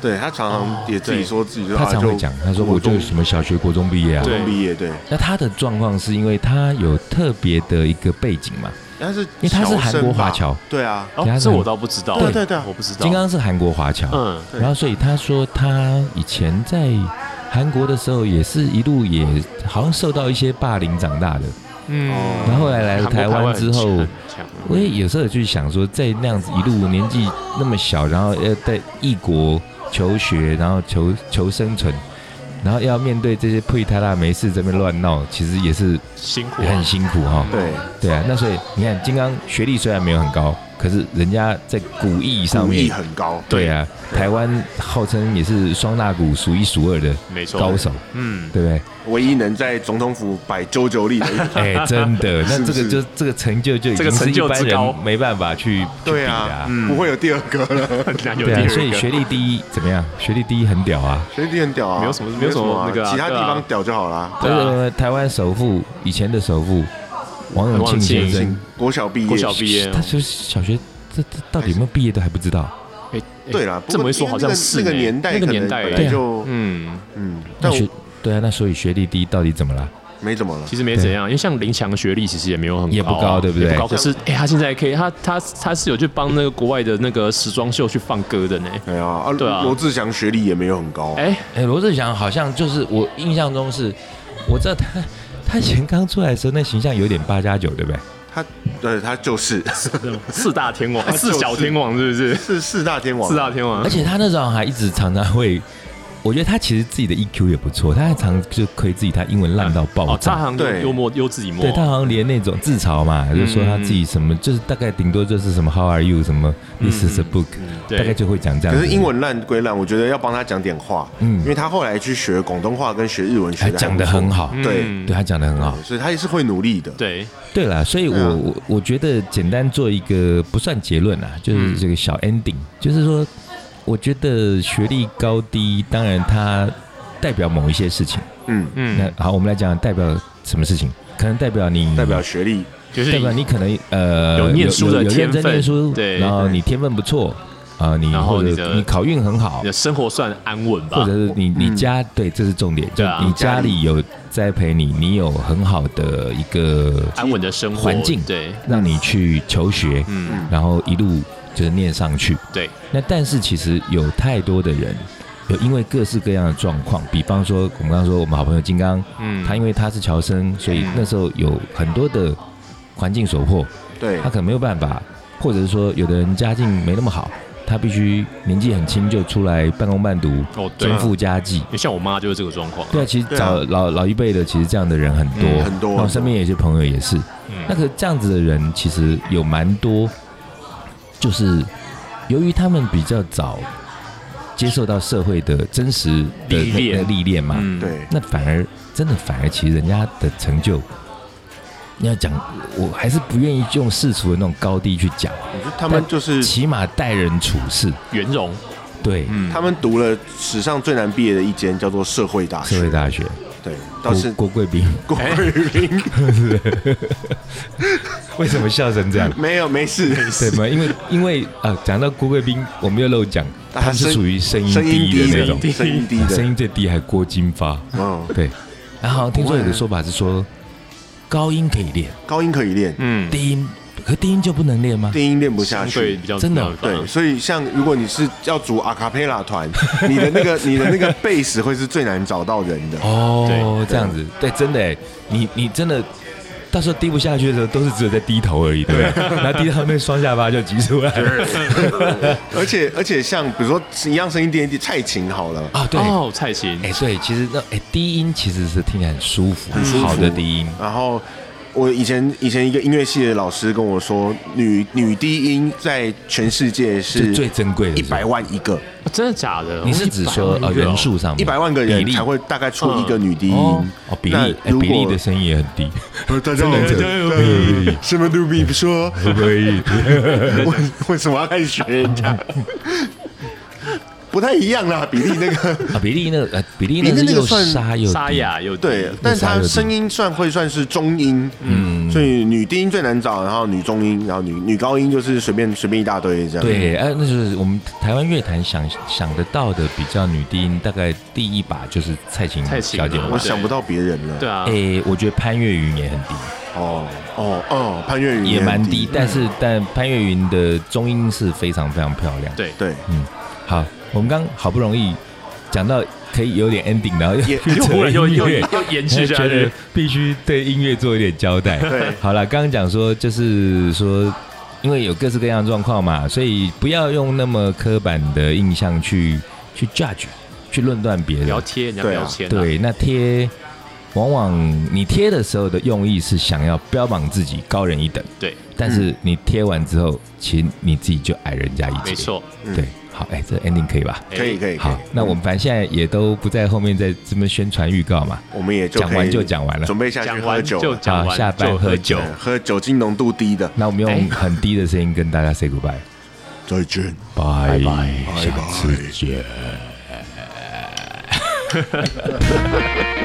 S1: 对他常
S3: 哦
S1: 常也自己说自己就
S3: 啊
S4: 他常会讲，他说我就是什么小学、国中毕业啊。
S3: 对
S1: 中毕业，对，
S4: 那他的状况是因为他有特别的一个背景嘛？
S1: 但是因
S4: 为他是韩国华侨，
S1: 对啊，
S4: 他
S3: 哦，
S4: 是
S3: 这我倒不知道，
S1: 对对对
S3: 我不知道，
S4: 金刚是韩国华侨，
S3: 嗯，
S1: 对
S4: 然后所以他说他以前在韩国的时候也是一路也好像受到一些霸凌长大的，
S1: 哦
S3: 嗯，
S4: 然后后来来了
S3: 韩国
S4: 台湾之后
S3: 很。强，
S4: 我也有时候去想说，在那样子一路年纪那么小，然后要在异国求学，然后求求生存，然后要面对这些配他啦没事这边乱闹，其实也是
S3: 辛苦啊，
S4: 也很辛苦哈、
S1: 对，
S4: 对啊，那所以你看，金刚学历虽然没有很高，可是人家在古艺上
S1: 武艺
S4: 面，
S1: 很高，
S4: 对啊，台湾号称也是双大鼓数一数二的
S3: 没错，
S4: 高手，
S3: 嗯，
S4: 对不对？
S1: 唯一能在总统府摆九九力的一个
S4: 哎、真的，那
S1: 是不
S4: 这个
S1: 是
S4: 就这个成就就已
S3: 这
S4: 经
S3: 个
S4: 是
S3: 成
S4: 一
S3: 就
S4: 般
S3: 之高
S4: 人没办法去去比
S1: 对
S4: 的
S1: 啊
S4: 啊，
S1: 嗯不会有第二个了。
S3: 很难有
S4: 对
S3: 第
S4: 啊，
S3: 二
S4: 所以
S3: 个
S4: 学历低怎么样？学历低很屌 啊！
S1: 学弟很屌啊，
S3: 没有什么
S1: 没有什么啊
S3: 没有什么那个啊
S1: 其他地
S3: 对啊
S1: 方屌就好啦。
S3: 对啊
S4: 呃，台湾首富以前的首富王永庆先
S3: 王
S4: 生，
S1: 啊国小毕业，
S3: 国小毕业
S4: 他就是小学这这到底有没有毕业都还不知道。
S3: 哎，哎
S1: 对啦，不过
S3: 这么一说
S1: 因为
S3: 好像
S1: 那个
S3: 是
S1: 那个
S3: 呢
S1: 年代，
S3: 那个年代
S1: 本来
S4: 啊
S1: 就
S3: 嗯，
S1: 嗯，但
S4: 那
S1: 我
S4: 学对啊，那所以学历低到底怎么了？
S1: 没怎么了。
S3: 其实没怎样，因为像林强的学历其实也没有很高啊、
S4: 也不高对不对
S3: 也不高，可是哎、他现在可以，他他他是有去帮那个国外的那个时装秀去放歌的呢。
S4: 嗯
S1: 哎呀，啊，
S3: 对啊
S1: 罗志祥学历也没有很高啊、
S3: 哎、
S4: 哎、罗志祥好像就是我印象中是，我知道他 他以前刚出来的时候那形象有点八加九，对不对？
S1: 他对他就是
S3: 四大天王，
S4: 哎
S1: 就是
S3: 四小天王是不是？
S1: 是四大天王，
S3: 四大天王
S4: 而，且他那时候还一直常常会，我觉得他其实自己的 EQ 也不错，他还常就可以自己他英文烂到爆
S3: 哦，他
S4: 炸。
S3: 好像
S1: 对
S3: 幽默优自己默
S4: 对，他好像连那种自嘲嘛，就说他自己什么，就是大概顶多就是什么 How are you 什么 This is a book，
S3: 对
S4: 大概就会讲这样
S1: 可
S4: 子。
S1: 是英文烂归烂，我觉得要帮他讲点话，
S4: 嗯
S1: 因为他后来去学广东话跟学日文学
S4: 还
S1: 的，
S4: 哎讲得很，好，
S1: 对
S3: 嗯
S4: 对他讲得很好。
S1: 所以他也是会努力的。，
S3: 对，
S4: 对啦，所以我、
S1: 对啊
S4: 我我觉得简单做一个不算结论啦，就是这个小 ending，、就是说，我觉得学历高低，当然它代表某一些事情。
S1: 嗯，
S3: 嗯，
S4: 那好，我们来讲代表什么事情？可能代表你
S1: 代表学历，
S3: 就是
S4: 代表你可能呃
S3: 有念书的
S4: 有有认真
S3: 天分
S4: 念书，
S3: 对
S4: 然后你天分不错啊、你
S3: 然后
S4: 或
S3: 你
S4: 者
S3: 的
S4: 你考运很好
S3: 你的，生活算安稳吧
S4: 或者？是你你
S1: 嗯
S4: 家、对，这是重点，就
S3: 对啊
S4: 你家里有栽培你，你有很好的一个
S3: 安稳的生活
S4: 环境
S3: 对，
S4: 让你去求学，
S3: 嗯，
S4: 然后一路就是念上去。
S3: 对，
S4: 那但是其实有太多的人，有因为各式各样的状况，比方说我们刚刚说我们好朋友金刚，
S3: 嗯，
S4: 他因为他是侨生，所以
S3: 嗯
S4: 那时候有很多的环境所迫，
S1: 对
S4: 他可能没有办法，或者是说有的人家境没那么好，他必须年纪很轻就出来半工半读，
S3: 哦，对
S4: 增，富家计。
S3: 像我妈就是这个状况，
S4: 对啊，其实
S1: 对啊嗯
S4: 早老老一辈的，其实这样的人很多，
S1: 很多
S4: 那我身边有一些朋友也是，
S3: 嗯
S4: 那个这样子的人其实有蛮多，就是由于他们比较早接受到社会的真实的
S3: 历练
S4: 那那历练嘛，
S3: 嗯，
S1: 对，
S4: 那反而真的反而其实人家的成就，你要讲，我还是不愿意用世俗的那种高低去讲，
S1: 我觉得他们就是
S4: 起码待人处事，
S3: 圆融，
S4: 对，
S3: 嗯，
S1: 他们读了史上最难毕业的一间叫做社会大
S4: 社
S1: 学
S4: 会，大学，哎
S1: 对，
S4: 郭
S1: 倒是
S4: 郭贵 宾，
S1: 郭瑞斌
S4: 为什么笑成这样？
S1: 没有没事，没
S4: 对吗？因为因为啊，讲到郭贵宾，我们又漏讲，
S1: 他
S4: 他是
S1: 声
S4: 属于声音
S1: 声音
S4: 低
S1: 低
S4: 的那
S1: 的
S4: 种，
S1: 声音低
S4: 声
S1: 的，
S4: 音最低还郭金发，
S1: 嗯，
S4: 对。然后好像听说有个
S1: 啊
S4: 说法是说，高音可以练，
S1: 高音可以练，
S3: 嗯，
S4: 低音可低音就不能练吗？
S1: 低音练不下
S3: 对
S1: 去
S3: 比。较
S4: 真的
S3: 没有办法
S1: 对，所以像如果你是要组阿卡贝拉团，你的那个你的那个贝斯会是最难找到人的。
S4: 哦
S3: 对，
S4: 这样子，对，真的欸，你你真的。到时候低不下去的时候，都是只有在低头而已，对不对？然后低到后面双下巴就挤出来了。
S1: 而且而且像比如说一样声音低低，蔡琴好了，
S4: 啊，对，
S3: 哦，蔡琴，
S4: 哎，对，其实那哎低音其实是听起来很舒服，
S1: 舒服
S4: 嗯好的低音，
S1: 然后我以前以前一个音乐系的老师跟我说，女女低音在全世界
S4: 是
S1: 是
S4: 最珍贵的。
S1: 一百万一个，
S3: 啊真的假的？
S4: 你是指说
S3: 100
S4: 呃
S3: 万一个哦
S4: 人数上面
S1: 一百万个
S4: 比
S1: 人
S4: 例
S1: 才会大概出一个女低
S4: 哦
S1: 音
S4: 哦比
S1: 那
S4: 例哎
S1: 如
S4: 比例
S1: 果
S4: 的声音也很 低，
S1: 呃大家好，
S4: 真的真的
S1: 什么都比不说，
S4: 可不可以？
S1: 为为什么要开始学人家？不太一样啦，比例那个
S4: 啊比例那个呃比例
S1: 比例
S4: 那是
S1: 那个
S4: 又
S1: 算
S4: 沙又
S3: 沙
S4: 低，
S3: 哑又低
S1: 对，但
S4: 那啥
S1: 她
S4: 有点
S1: 声音算会算是中音，嗯，所以女低音最难找，然后女中音，然后女女高音就是随便随便一大堆这样。
S4: 对，哎、那就是我们台湾乐坛想想得到的比较女低音，大概第一把就是蔡琴
S3: 蔡琴
S4: 小姐
S3: 啊
S1: 我
S4: 嘛。
S1: 想不到别人了。
S3: 对啊
S4: 哎、，我觉得潘越云也很低，
S1: 哦哦哦，潘越云
S4: 也
S1: 很
S4: 蛮低，
S1: 低，
S4: 但是但潘越云的中音是非常非常漂亮。，
S3: 对，
S1: 对，
S4: 好，我们刚好不容易讲到可以有点 ending，然后
S1: 也
S4: 又
S3: 又
S4: 扯
S3: 忽然又
S4: 音
S3: 又
S4: 乐
S3: 又 延续 下
S4: 觉得
S3: 去，
S4: 必须对音乐做一点交代。
S1: 对
S4: 好了，刚刚讲说就是说，因为有各式各样的状况嘛，所以不要用那么刻板的印象去去 judge，去论断别
S3: 不
S4: 人
S3: 要。贴人家
S1: 对啊
S3: 标签啊，
S4: 对，那贴往往你贴的时候的用意是想要标榜自己高人一等，
S3: 对，
S4: 但是你贴完之后，其实你自己就矮人家一截。
S3: 没，错，
S1: 嗯
S4: 对。好，哎、这 ending 可以吧？
S3: 哎
S1: 可以可以。
S4: 好
S1: 可以，
S4: 那我们反正现在也都不在后面在这么宣传预告嘛，
S1: 我们也就
S4: 讲
S1: 可
S4: 完
S1: 以
S4: 就讲完了。
S1: 准备下去
S3: 讲
S1: 喝
S3: 完
S1: 酒
S3: 就
S1: 了，
S3: 讲
S4: 好
S3: 完，
S4: 啊下班
S3: 就
S4: 喝
S3: 喝
S4: 酒
S3: 酒，
S1: 对喝酒精浓度低的，
S4: 那我们用很低的声音跟大家 say goodbye，
S1: 再见，
S4: 拜拜，
S1: 拜
S4: 下次
S1: 拜。
S4: 见。